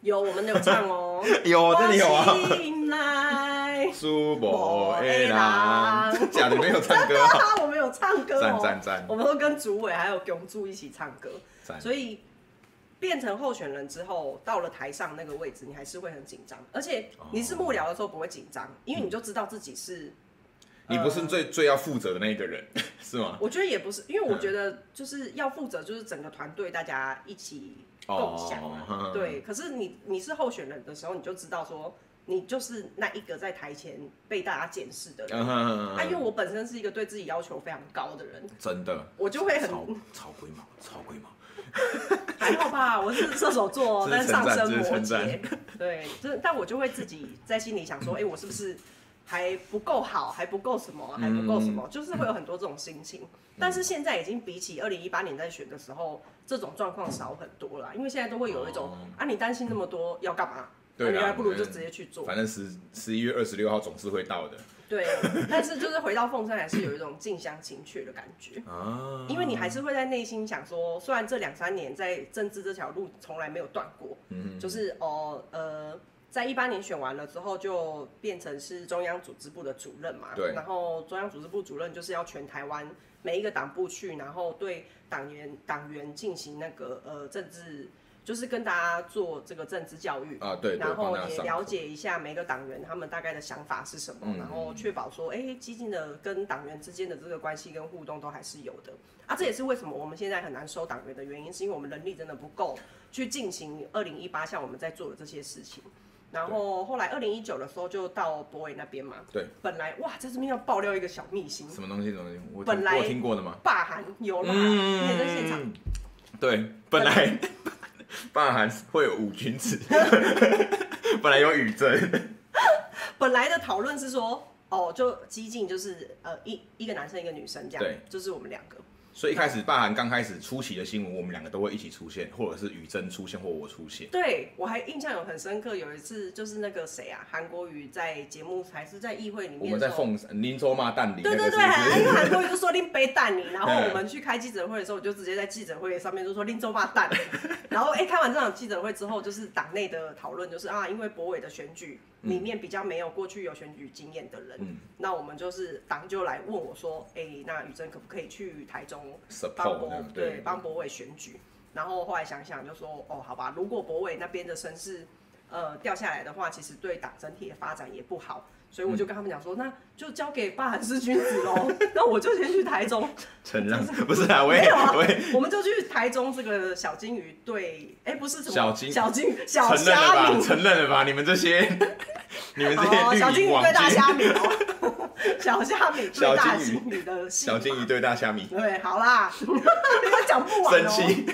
Speaker 1: 有，我们有唱 哦。
Speaker 2: 有真的有啊。
Speaker 1: 我进来，
Speaker 2: 苏博爱啦，假的没有唱 歌啊，
Speaker 1: 啊，我们有唱歌
Speaker 2: 赞
Speaker 1: 哦，
Speaker 2: 赞嗯赞
Speaker 1: 我们都跟主委还有永柱一起唱歌，
Speaker 2: 赞，
Speaker 1: 所以变成候选人之后，到了台上那个位置，你还是会很紧张，而且你是幕僚的时候不会紧张，因为你就知道自己是。
Speaker 2: 你不是
Speaker 1: 呃
Speaker 2: 最最要负责的那一个人 是吗？
Speaker 1: 我觉得也不是，因为我
Speaker 2: 嗯
Speaker 1: 觉得就是要负责，就是整个团队大家一起共享嘛。
Speaker 2: 哦
Speaker 1: 对，可是你你是候选人的时候，你就知道说你就是那一个在台前被大家检视的人。
Speaker 2: 嗯
Speaker 1: 啊，因为我本身是一个对自己要求非常高的人，
Speaker 2: 真的
Speaker 1: 我就会很
Speaker 2: 超超龟毛，超龟毛，
Speaker 1: 还好吧，我是射手座，哦
Speaker 2: 这
Speaker 1: 但
Speaker 2: 是
Speaker 1: 上
Speaker 2: 称赞
Speaker 1: 升
Speaker 2: 这是
Speaker 1: 摩
Speaker 2: 称
Speaker 1: 羯
Speaker 2: 赞，
Speaker 1: 对，就是但我就会自己在心里想说，哎、我是不是还不够好，还不够什么，还不够什
Speaker 2: 嗯
Speaker 1: 么，就是会有很多这种心情。但是现在已经比起二零一八年在选的时候，这种状况少很多了，因为现在都会有一种、
Speaker 2: 哦
Speaker 1: 啊，你担心那么多要干嘛？
Speaker 2: 对
Speaker 1: 啊
Speaker 2: 啦
Speaker 1: 你还不如
Speaker 2: 我觉
Speaker 1: 就
Speaker 2: 得
Speaker 1: 直接去做。
Speaker 2: 反正十十一月二十六号总是会到的，
Speaker 1: 对，但是就是回到凤山，还是有一种近乡情怯的感觉，
Speaker 2: 啊，
Speaker 1: 因为你还是会在内心想说，虽然这两三年在政治这条路从来没有断过，
Speaker 2: 嗯
Speaker 1: 就是哦呃，在一八年选完了之后，就变成是中央组织部的主任嘛。
Speaker 2: 对
Speaker 1: 然后中央组织部主任就是要全台湾每一个党部去，然后对党员党员进行那个呃政治，就是跟大家做这个政治教育。
Speaker 2: 啊，对对，
Speaker 1: 然
Speaker 2: 帮
Speaker 1: 后
Speaker 2: 大家
Speaker 1: 也
Speaker 2: 上
Speaker 1: 了
Speaker 2: 课，
Speaker 1: 解一下每个党员他们大概的想法是什么，
Speaker 2: 嗯
Speaker 1: 然后确保说，哎，激进的跟党员之间的这个关系跟互动都还是有的啊。这也是为什么我们现在很难收党员的原因，是因为我们能力真的不够去进行二零一八像我们在做的这些事情。然后后来二零一九的时候就到博伟那边嘛，
Speaker 2: 对，
Speaker 1: 本来哇，在这边要爆料一个小秘辛，
Speaker 2: 什么东西什么东西，我
Speaker 1: 本
Speaker 2: 听
Speaker 1: 来
Speaker 2: 我听过的吗？
Speaker 1: 霸韩有啦，啊你也在现场，
Speaker 2: 嗯，对，本来办韩会有五君子， 本来有宇正，
Speaker 1: 本来的讨论是说，哦，就激进就是呃一一个男生一个女生这样，
Speaker 2: 对，
Speaker 1: 就是我们两个。
Speaker 2: 所以一开始办韩刚开始初期的新闻，我们两个都会一起出现，或者是宇正出现，或我出现。
Speaker 1: 对我还印象有很深刻，有一次就是那个谁啊，韩国瑜在节目还是在议会里
Speaker 2: 我
Speaker 1: 面，
Speaker 2: 们在。凤山林州骂蛋里，
Speaker 1: 对对对，
Speaker 2: 那个是嗯
Speaker 1: 因
Speaker 2: 不
Speaker 1: 为
Speaker 2: 是
Speaker 1: 韩国瑜就说拎杯蛋你，然后我们去开记者会的时候，我就直接在记者会上面就说拎周霸蛋。然后哎、开完这场记者会之后，就是党内的讨论就是啊，因为博伟的选举里面比较没有过去有选举经验的人，
Speaker 2: 嗯
Speaker 1: 那我们就是党就来问我说，哎、那宇珍可不可以去台中帮
Speaker 2: support
Speaker 1: 博
Speaker 2: 这样
Speaker 1: 对帮博伟选举，然后后来想想就说哦，好吧，如果博伟那边的声势呃掉下来的话，其实对党整体的发展也不好，所以
Speaker 2: 嗯
Speaker 1: 我就跟他们讲说，那就交给巴韩氏君子喽， 那我就先去台 中，
Speaker 2: 承让不是啊，我
Speaker 1: 没
Speaker 2: 也
Speaker 1: 有啊
Speaker 2: 我也，
Speaker 1: 我们就去台中这个小金鱼对，哎、不是什么
Speaker 2: 小金
Speaker 1: 小金小
Speaker 2: 承认了
Speaker 1: 虾
Speaker 2: 吧，
Speaker 1: 米。
Speaker 2: 承认了吧，你们这些你们这
Speaker 1: 哦，
Speaker 2: 些
Speaker 1: 小
Speaker 2: 绿
Speaker 1: 金鱼
Speaker 2: 营网
Speaker 1: 对大
Speaker 2: 军，
Speaker 1: 虾 米哦，小虾米对大
Speaker 2: 小金鱼
Speaker 1: 金鱼的戏
Speaker 2: 小金鱼对大虾米
Speaker 1: 对，好啦， 你们讲不完哦。
Speaker 2: 生气。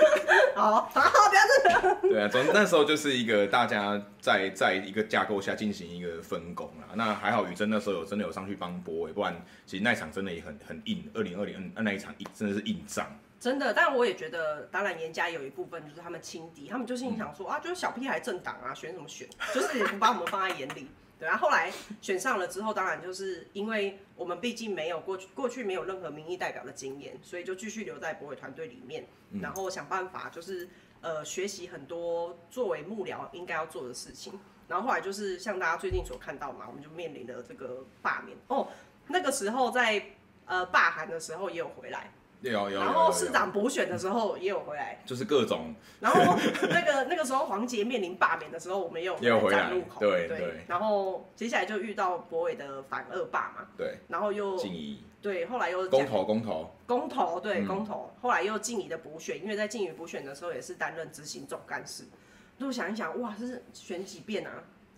Speaker 1: 好， 好，不要这个。
Speaker 2: 对啊，总之那时候就是一个大家在在一个架构下进行一个分工啦。那还好宇珍那时候有真的有上去帮波欸伟，不然其实那一场真的也很很硬。二零二零那一场硬真的是硬仗，
Speaker 1: 真的，但我也觉得，当然严家有一部分就是他们轻敌，他们就心里想说、啊，就是小屁孩政党啊，选什么选，就是也不把我们放在眼里。对啊，后来选上了之后，当然就是因为我们毕竟没有过去过去没有任何民意代表的经验，所以就继续留在博伟团队里面，然后想办法就是呃学习很多作为幕僚应该要做的事情。然后后来就是像大家最近所看到嘛，我们就面临了这个罢免哦。那个时候在呃罢韩的时候也有回来，
Speaker 2: 有有有有
Speaker 1: 然后市长补选的时候也有回来，
Speaker 2: 就是各种
Speaker 1: 然后那个 那个时候黄杰面临罢免的时候，我们也有
Speaker 2: 也有回来
Speaker 1: 站路口，
Speaker 2: 对
Speaker 1: 对
Speaker 2: 对
Speaker 1: 然后接下来就遇到博伟的反恶霸嘛，
Speaker 2: 对
Speaker 1: 然后又
Speaker 2: 静怡
Speaker 1: 对后来又
Speaker 2: 公
Speaker 1: 讲
Speaker 2: 投公投，
Speaker 1: 公投对、
Speaker 2: 嗯
Speaker 1: 公投，后来又静怡的补选，因为在静怡补选的时候也是担任执行总干事，就想一想哇，这是选几遍啊？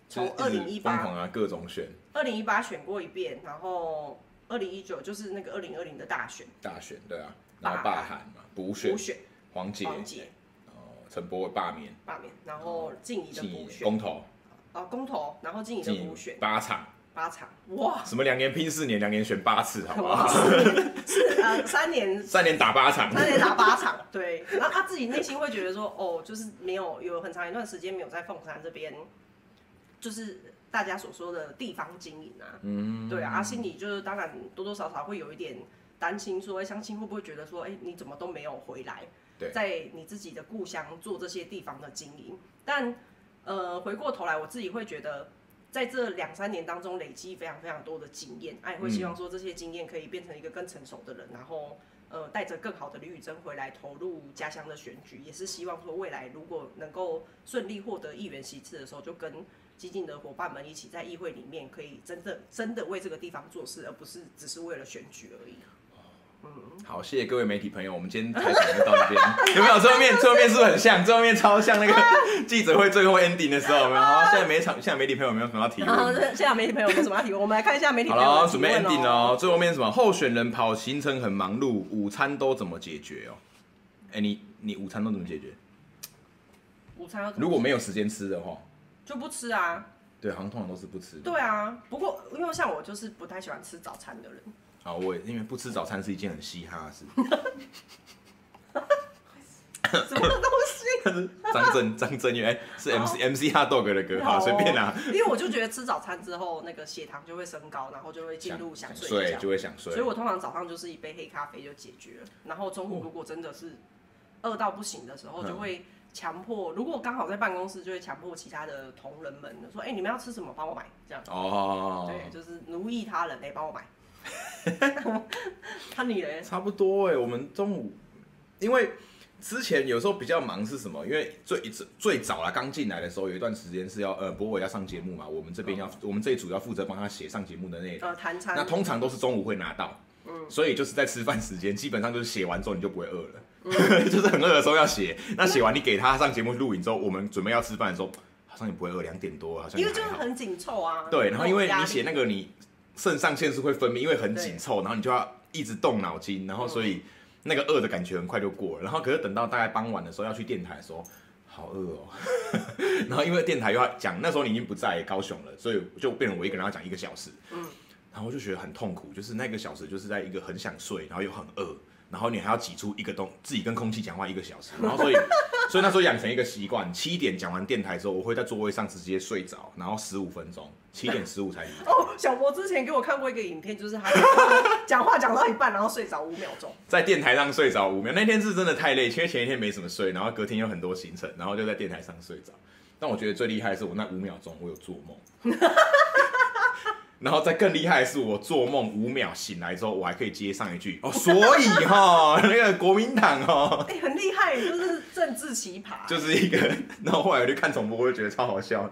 Speaker 2: 就是
Speaker 1: 从二零
Speaker 2: 一
Speaker 1: 一
Speaker 2: 直疯
Speaker 1: 八
Speaker 2: 狂啊各种选
Speaker 1: 二零一八选过一遍，然后二零一九就是那个二零二零的大选
Speaker 2: 大选对啊，
Speaker 1: 罢
Speaker 2: 然后罢韩嘛补选
Speaker 1: 补选
Speaker 2: 黄杰
Speaker 1: 黄杰
Speaker 2: 哦陈波伟罢免
Speaker 1: 罢免，然后静怡的
Speaker 2: 静怡
Speaker 1: 补选。
Speaker 2: 公投
Speaker 1: 哦，公投，然后进你的
Speaker 2: 静怡
Speaker 1: 补选
Speaker 2: 八场，
Speaker 1: 八场，哇，
Speaker 2: 什么两年拼四年，两年选八次，好 不好？
Speaker 1: 是呃三年
Speaker 2: 三年打八场，
Speaker 1: 三年打八场，对，然后他自己内心会觉得说，哦，就是没有有很长一段时间没有在凤山这边，就是大家所说的地方经营啊，嗯，对啊，啊心里就是当然多多少少会有一点担心说，哎，相亲会不会觉得说，哎，你怎么都没有回来，
Speaker 2: 对
Speaker 1: 在你自己的故乡做这些地方的经营，但呃，回过头来我自己会觉得。在这两三年当中累积非常非常多的经验，哎，会
Speaker 2: 嗯
Speaker 1: 希望说这些经验可以变成一个更成熟的人，然后呃带着更好的李宇珍回来投入家乡的选举，也是希望说未来如果能够顺利获得议员席次的时候，就跟激进的伙伴们一起在议会里面可以真的真的为这个地方做事，而不是只是为了选举 而已。
Speaker 2: 好，谢谢各位媒体朋友，我们今天采访就到这边。有没有最后面？最后面是不是很像？最后面超像那个记者会最后 ending 的时候，有没有？好，现在每一场，现在媒体朋友有没有什么要提
Speaker 1: 然后
Speaker 2: 问？
Speaker 1: 现在媒体朋友有什么要提问？我们来看一下媒体
Speaker 2: 好
Speaker 1: 朋友的
Speaker 2: 了，
Speaker 1: 提
Speaker 2: 准备
Speaker 1: 问
Speaker 2: ending 哦。最后面是什么？候选人跑行程很忙碌，午餐都怎么解决哦？哎、你你午餐都怎么解决？
Speaker 1: 午餐要怎么
Speaker 2: 如果
Speaker 1: 吃
Speaker 2: 没有时间吃的话，
Speaker 1: 就不吃啊。
Speaker 2: 对，好像通常都是不吃的。
Speaker 1: 对啊，不过因为像我就是不太喜欢吃早餐的人，
Speaker 2: 好，我也因为不吃早餐是一件很嘻哈的事。
Speaker 1: 什么东 西？哦
Speaker 2: 张震张震岳哎是 MC MC 哈 dog 的歌，好随便啦，
Speaker 1: 因为我就觉得吃早餐之后，那个血糖就会升高，然后就会进入想睡
Speaker 2: 睡
Speaker 1: 觉，
Speaker 2: 就会想睡
Speaker 1: 所以。我通常早上就是一杯黑咖啡就解决了。然后中午如果真的是饿到不行的时候，
Speaker 2: 嗯
Speaker 1: 就会强迫，如果刚好在办公室，就会强迫其他的同仁们说：“哎、你们要吃什么？帮我买。”这样。
Speaker 2: 哦，
Speaker 1: 对，就是奴役他人，哎、帮我买。 他你嘞？
Speaker 2: 差不多哎、我们中午，因为之前有时候比较忙是什么？因为最最最早啦，刚进来的时候有一段时间是要呃，博伟要上节目嘛，我们这
Speaker 1: 哦
Speaker 2: 边要、我们这一组要负责帮他写上节目的内容，
Speaker 1: 呃，谈餐
Speaker 2: 那。通常都是中午会拿到。
Speaker 1: 嗯
Speaker 2: 所以就是在吃饭时间，基本上就是写完之后你就不会饿了，
Speaker 1: 嗯
Speaker 2: 就是很饿的时候要写。那写完你给他上节目录影之后，我们准备要吃饭的时候，好像也不会饿，两点多好像也
Speaker 1: 因为
Speaker 2: 还
Speaker 1: 就是
Speaker 2: 好
Speaker 1: 很紧凑啊。
Speaker 2: 对，然后因为你写那
Speaker 1: 个，
Speaker 2: 个你肾上腺素会分泌，因为很紧
Speaker 1: 对嗯
Speaker 2: 凑，然后你就要一直动脑筋，然后所以那个饿的感觉很快就过了。然后可是等到大概傍晚的时候要去电台的时候，好饿哦。然后因为电台又要讲，那时候你已经不在高雄了，所以就变成我一个人要讲一个小时。
Speaker 1: 嗯
Speaker 2: 然后我就觉得很痛苦，就是那个小时就是在一个很想睡，然后又很饿。然后你还要挤出一个东，自己跟空气讲话一个小时，然后所以，所以那时候养成一个习惯，七点讲完电台之后，我会在座位上直接睡着，然后十五分钟，七点十五才离开。
Speaker 1: 哦，小博之前给我看过一个影片，就是他讲话讲到一半，然后睡着五秒钟。
Speaker 2: 在电台上睡着五秒。那天是真的太累，因为前一天没什么睡，然后隔天有很多行程，然后就在电台上睡着。但我觉得最厉害的是我那五秒钟我有做梦， 然后再更厉害的是我做梦五秒醒来之后，我还可以接上一句哦，所以哈、 那个国民党哦，
Speaker 1: 哎、很厉害，就是政治奇葩。
Speaker 2: 就是一个。然后后来我就看重播，我就觉得超好笑。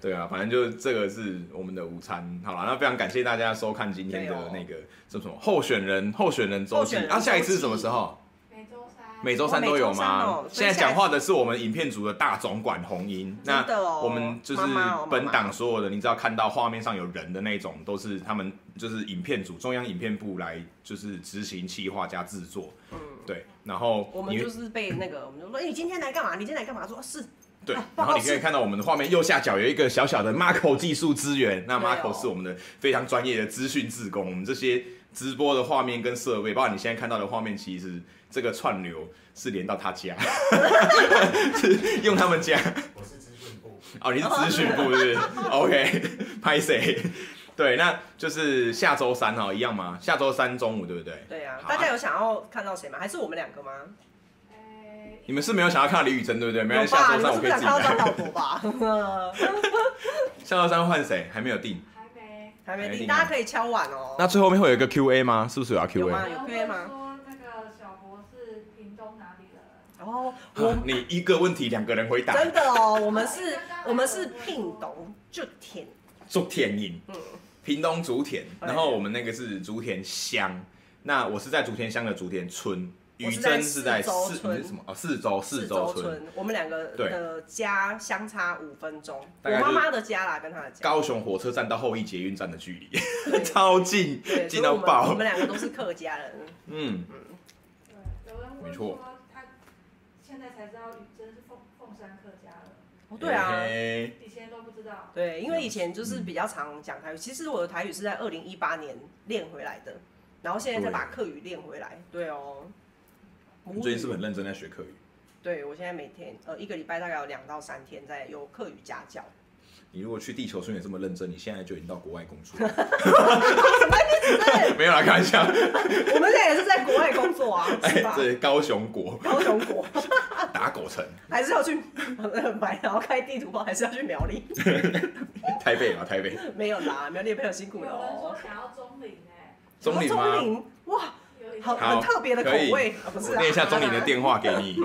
Speaker 2: 对啊，反正就这个是我们的午餐。好了，那非常感谢大家收看今天的
Speaker 1: 对哦
Speaker 2: 那个这什么候选人候选人周
Speaker 1: 候
Speaker 2: 记
Speaker 1: 选人
Speaker 2: 啊，下一
Speaker 1: 周
Speaker 2: 次是
Speaker 1: 记
Speaker 2: 什么时候？
Speaker 3: 每周三，
Speaker 2: 每周三都
Speaker 1: 哦
Speaker 2: 有吗？
Speaker 1: 每周三哦所
Speaker 2: 现
Speaker 1: 以
Speaker 2: 在
Speaker 1: 下一
Speaker 2: 讲话的是我们影片组的大总管红英。那
Speaker 1: 真的哦
Speaker 2: 我们就是
Speaker 1: 妈妈哦
Speaker 2: 本
Speaker 1: 妈妈
Speaker 2: 档所有的，你只要看到画面上有人的那种，都是他们就是影片组中央影片部来就是执行企划加制作。
Speaker 1: 嗯
Speaker 2: 对，然后
Speaker 1: 我们
Speaker 2: 你
Speaker 1: 就是被那个，我们就说，哎、你今天来干嘛？你今天来干嘛？说哦是，
Speaker 2: 对
Speaker 1: 啊，
Speaker 2: 然后你
Speaker 1: 报告
Speaker 2: 可以看到我们的画面右下角有一个小小的 Marco 技术资源。那
Speaker 1: 对哦
Speaker 2: Marco 是我们的非常专业的资讯志工，我们这些直播的画面跟设备，包括你现在看到的画面，其实这个串流是连到他家，是用他们家。
Speaker 4: 我是资讯部，
Speaker 2: 哦，你是资讯部是不是哦？OK，拍谁？对，那就是下周三哦，一样吗？下周三中午对不对？
Speaker 1: 对啊，
Speaker 2: 好
Speaker 1: 大
Speaker 2: 啊
Speaker 1: 家有想要看到谁吗？还是我们两个吗？
Speaker 3: 哎，
Speaker 2: 你们是没有想要看到李宇珍对不对？没关
Speaker 1: 有
Speaker 2: 系，下
Speaker 1: 吧？
Speaker 2: 周
Speaker 1: 你
Speaker 2: 三
Speaker 1: 们是不
Speaker 2: 我可
Speaker 1: 是
Speaker 2: 以自
Speaker 1: 想
Speaker 2: 己
Speaker 1: 看到张
Speaker 2: 来。
Speaker 1: 老伯吧？
Speaker 2: 下周三换谁还没有定？
Speaker 3: 还没。
Speaker 1: 还没
Speaker 2: 还没定
Speaker 1: 定，
Speaker 2: 啊
Speaker 1: 大家可以敲碗哦。
Speaker 2: 那最后面会有一个 Q&A 吗？是不是有要 Q&A？
Speaker 1: 有吗啊有 Q&A 吗
Speaker 3: 说那个小博是屏东哪里人？
Speaker 1: 然后 我
Speaker 2: 啊你一个问题两个人回答，
Speaker 1: 真的哦，我们是，我们是聘懂就舔，
Speaker 2: 竹田营，
Speaker 1: 嗯
Speaker 2: 屏东竹田，
Speaker 1: 哎
Speaker 2: 然后我们那个是竹田乡，那我是在竹田乡的竹田村，
Speaker 1: 我
Speaker 2: 雨
Speaker 1: 是在
Speaker 2: 珍是在
Speaker 1: 四周
Speaker 2: 四
Speaker 1: 村
Speaker 2: 你是什么？哦，四周四周村。
Speaker 1: 村，我们两个
Speaker 2: 对
Speaker 1: 的家相差五分钟，
Speaker 2: 大
Speaker 1: 我
Speaker 2: 概就是
Speaker 1: 妈妈的家啦，跟她的家，
Speaker 2: 高雄火车站到后义捷运站的距离，
Speaker 1: 对
Speaker 2: 超近
Speaker 1: 对，，所以
Speaker 2: 近
Speaker 1: 我
Speaker 2: 到
Speaker 1: 们我
Speaker 2: 爆
Speaker 1: 们。两个都是客家人，
Speaker 2: 嗯，
Speaker 3: 对，有人
Speaker 2: 没
Speaker 3: 问
Speaker 2: 错
Speaker 3: 说他现在才知道雨珍是凤凤山客家人，
Speaker 1: 哦对啊。
Speaker 2: 嘿嗯
Speaker 3: 以前都不知道。
Speaker 1: 对，因为以前就是比较常讲台语，其实我的台语是在二零一八年练回来的，然后现在再把客语练回来。对哦，母
Speaker 2: 你
Speaker 1: 语
Speaker 2: 最近是不是很认真在学课语？
Speaker 1: 对我现在每天呃一个礼拜大概有两到三天在有客语家教，
Speaker 2: 你如果去地球村也这么认真，你现在就已经到国外工 作了。
Speaker 1: 对，
Speaker 2: 没有啦，开玩笑，哎
Speaker 1: 我们现在也是在国外工作 啊，是吧？
Speaker 2: 这高雄国
Speaker 1: 高雄国
Speaker 2: 打狗城，
Speaker 1: 还是要去很白，然后开地图炮，还是要去苗栗？
Speaker 2: 台北啊，台北
Speaker 1: 没有啦，苗栗的朋友辛
Speaker 3: 有
Speaker 1: 苦了
Speaker 3: 人说
Speaker 1: 哦。
Speaker 3: 想要钟岭哎，
Speaker 2: 中
Speaker 1: 然
Speaker 2: 岭
Speaker 1: 后
Speaker 2: 吗
Speaker 1: 中？岭哇，
Speaker 3: 有一
Speaker 1: 好
Speaker 3: 个
Speaker 2: 好
Speaker 1: 很特别的口
Speaker 2: 可以
Speaker 1: 味，啊、不是、
Speaker 2: 我
Speaker 1: 啊？
Speaker 2: 念一下钟林的电话给 你，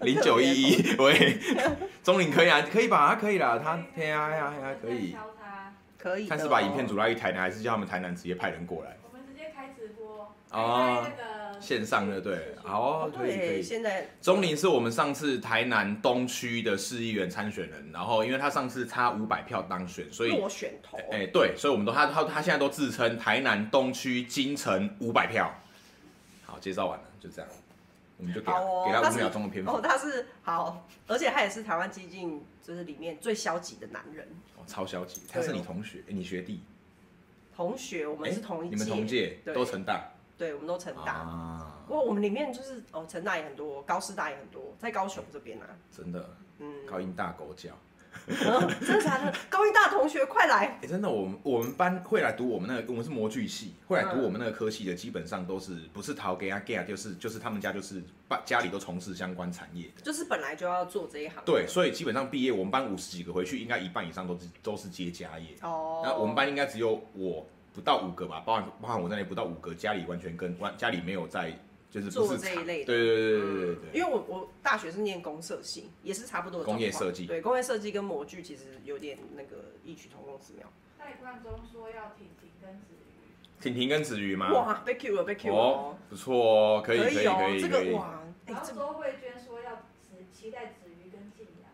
Speaker 2: 零九一一，
Speaker 1: 哦
Speaker 2: 喂，钟林可以啊，可以吧？他可以啦，他嘿啊嘿啊嘿啊，可以。
Speaker 3: 敲他，
Speaker 1: 可以的哦。
Speaker 2: 看是把影片组到一台南，还是叫他们台南直接派人过来
Speaker 3: 我们直接开直播，
Speaker 2: 哦
Speaker 3: 开那个
Speaker 2: 线上的对？好
Speaker 1: 哦
Speaker 2: 哦，可以可
Speaker 1: 对，
Speaker 2: 以。
Speaker 1: 现在
Speaker 2: 钟林是我们上次台南东区的市议员参选人，然后因为他上次差五百票当选，所以
Speaker 1: 落选头。
Speaker 2: 哎、对，所以我们都他他他现在都自称台南东区金城五百票。好，介绍完了，就这样，我们就给他、
Speaker 1: 好哦
Speaker 2: 给他
Speaker 1: 他
Speaker 2: 五
Speaker 1: 是
Speaker 2: 秒钟的篇幅，
Speaker 1: 哦，他是好，而且他也是台湾激进就是里面最消极的男人。
Speaker 2: 哦超消极。他是你同学，哎你学弟，
Speaker 1: 同学，我
Speaker 2: 我
Speaker 1: 们是同一届，
Speaker 2: 哎你们同届
Speaker 1: 对
Speaker 2: 都成大
Speaker 1: 对，我们都成大。
Speaker 2: 啊。
Speaker 1: 不过我们里面就是哦，成大也很多，高师大也很多，在高雄这边啊，
Speaker 2: 真的，高音大狗叫。
Speaker 1: 嗯真的假的？高一大同学快来！
Speaker 2: 哎、真的，我们我们班会来读我们那个，我们是模具系，会来读
Speaker 1: 嗯
Speaker 2: 我们那个科系的，基本上都是不是逃给啊 gay 啊，就是就是他们家就是爸家里都从事相关产业的。
Speaker 1: 就是本来就要做这一行，
Speaker 2: 对，所以基本上毕业，我们班五十几个回去，应该一半以上都是都是接家业。
Speaker 1: 哦，
Speaker 2: 那我们班应该只有我不到五个吧，包含包含我在内不到五个，家里完全跟完家里没有在就是不
Speaker 1: 做
Speaker 2: 是
Speaker 1: 这
Speaker 2: 产
Speaker 1: 一类的嗯
Speaker 2: 对对对对对对对。
Speaker 1: 因为我我大学是念工设系，也是差不多的
Speaker 2: 工业
Speaker 1: 状况
Speaker 2: 设计
Speaker 1: 对，工业设计跟模具其实有点那个异曲同工之妙。
Speaker 3: 戴冠中说要挺挺跟子瑜，
Speaker 2: 婷婷跟子瑜吗？
Speaker 1: 哇，被 Q 了，被 Q 了
Speaker 2: 哦
Speaker 1: 哦，，
Speaker 2: 不错哦，可以可以
Speaker 1: 哦，
Speaker 2: 可以
Speaker 1: 这
Speaker 2: 可
Speaker 1: 个
Speaker 2: 以。哦
Speaker 1: 哇，哎
Speaker 3: 然，后
Speaker 1: 这
Speaker 3: 周慧娟说要子期待子瑜跟静雅，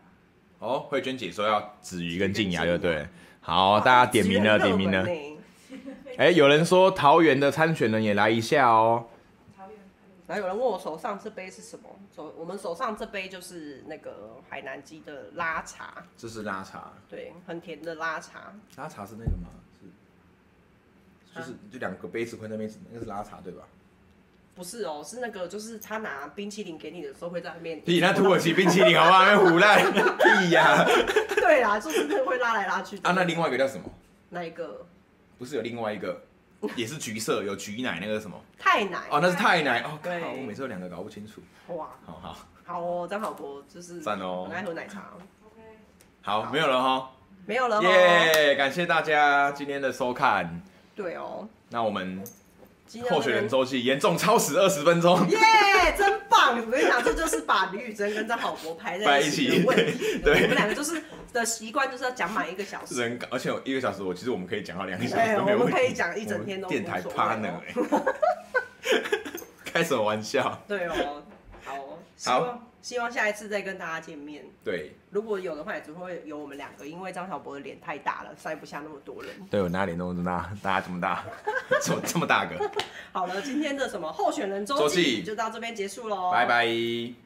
Speaker 2: 哦，慧娟姐说要子瑜跟静雅，对不
Speaker 1: 子
Speaker 2: 对？好，大家点名了，点名了。
Speaker 1: 了。
Speaker 2: 哎，有人说桃园的参选人也来一下哦。
Speaker 3: 桃园
Speaker 1: 然后有人问我手上这杯是什么？手我们手上这杯就是那个海南鸡的拉茶，
Speaker 2: 这是拉茶，
Speaker 1: 对，很甜的拉茶。
Speaker 2: 拉茶是那个吗？是，就是
Speaker 1: 啊
Speaker 2: 就两个杯子混在那边，那个是拉茶对吧？
Speaker 1: 不是哦，是那个，就是他拿冰淇淋给你的时候会在那边。
Speaker 2: 你那土耳其冰淇淋好不好？那胡 烂屁呀！
Speaker 1: 对啦，就是那个会拉来拉去的。
Speaker 2: 啊，那另外一个叫什么？
Speaker 1: 那一个
Speaker 2: 不是有另外一个，也是橘色，有橘奶那个什么？
Speaker 1: 太奶
Speaker 2: 哦，那是太奶哦。靠，
Speaker 1: 对
Speaker 2: 我每次有两个搞不清楚。
Speaker 1: 哇，
Speaker 2: 好好
Speaker 1: 好哦，张好博就是
Speaker 2: 赞哦
Speaker 1: 很爱喝奶茶。
Speaker 3: ，OK，
Speaker 2: 好，没有了哈。
Speaker 1: 没有了哦
Speaker 2: 耶，感谢大家今天的收看。
Speaker 1: 对哦，
Speaker 2: 那我们
Speaker 1: 今天
Speaker 2: 候选人周记严重超时二十分钟，
Speaker 1: 耶真棒！我跟你讲，这就是把李宇珍跟张好博排 在一起的问题。
Speaker 2: 对
Speaker 1: 我们两个就是的习惯就是要讲满一个小时。
Speaker 2: 人而且有一个小时，我其实我们可以讲到两个小时
Speaker 1: 对，
Speaker 2: 都
Speaker 1: 我
Speaker 2: 没有
Speaker 1: 们
Speaker 2: 问
Speaker 1: 可
Speaker 2: 题。
Speaker 1: 以讲一整天都
Speaker 2: 我们
Speaker 1: 无
Speaker 2: 电台
Speaker 1: 所谓
Speaker 2: partner
Speaker 1: 哦
Speaker 2: 欸 开什么玩笑？
Speaker 1: 对哦，好哦，希望希望下一次再跟大家见面。
Speaker 2: 对，
Speaker 1: 如果有的话，也只会有我们两个，因为张小博的脸太大了，塞不下那么多人。
Speaker 2: 对我哪里那么大，大家这么大， 这么这么大个，
Speaker 1: 好了，今天的什么候选人周
Speaker 2: 周记
Speaker 1: 记就到这边结束喽，
Speaker 2: 拜。拜。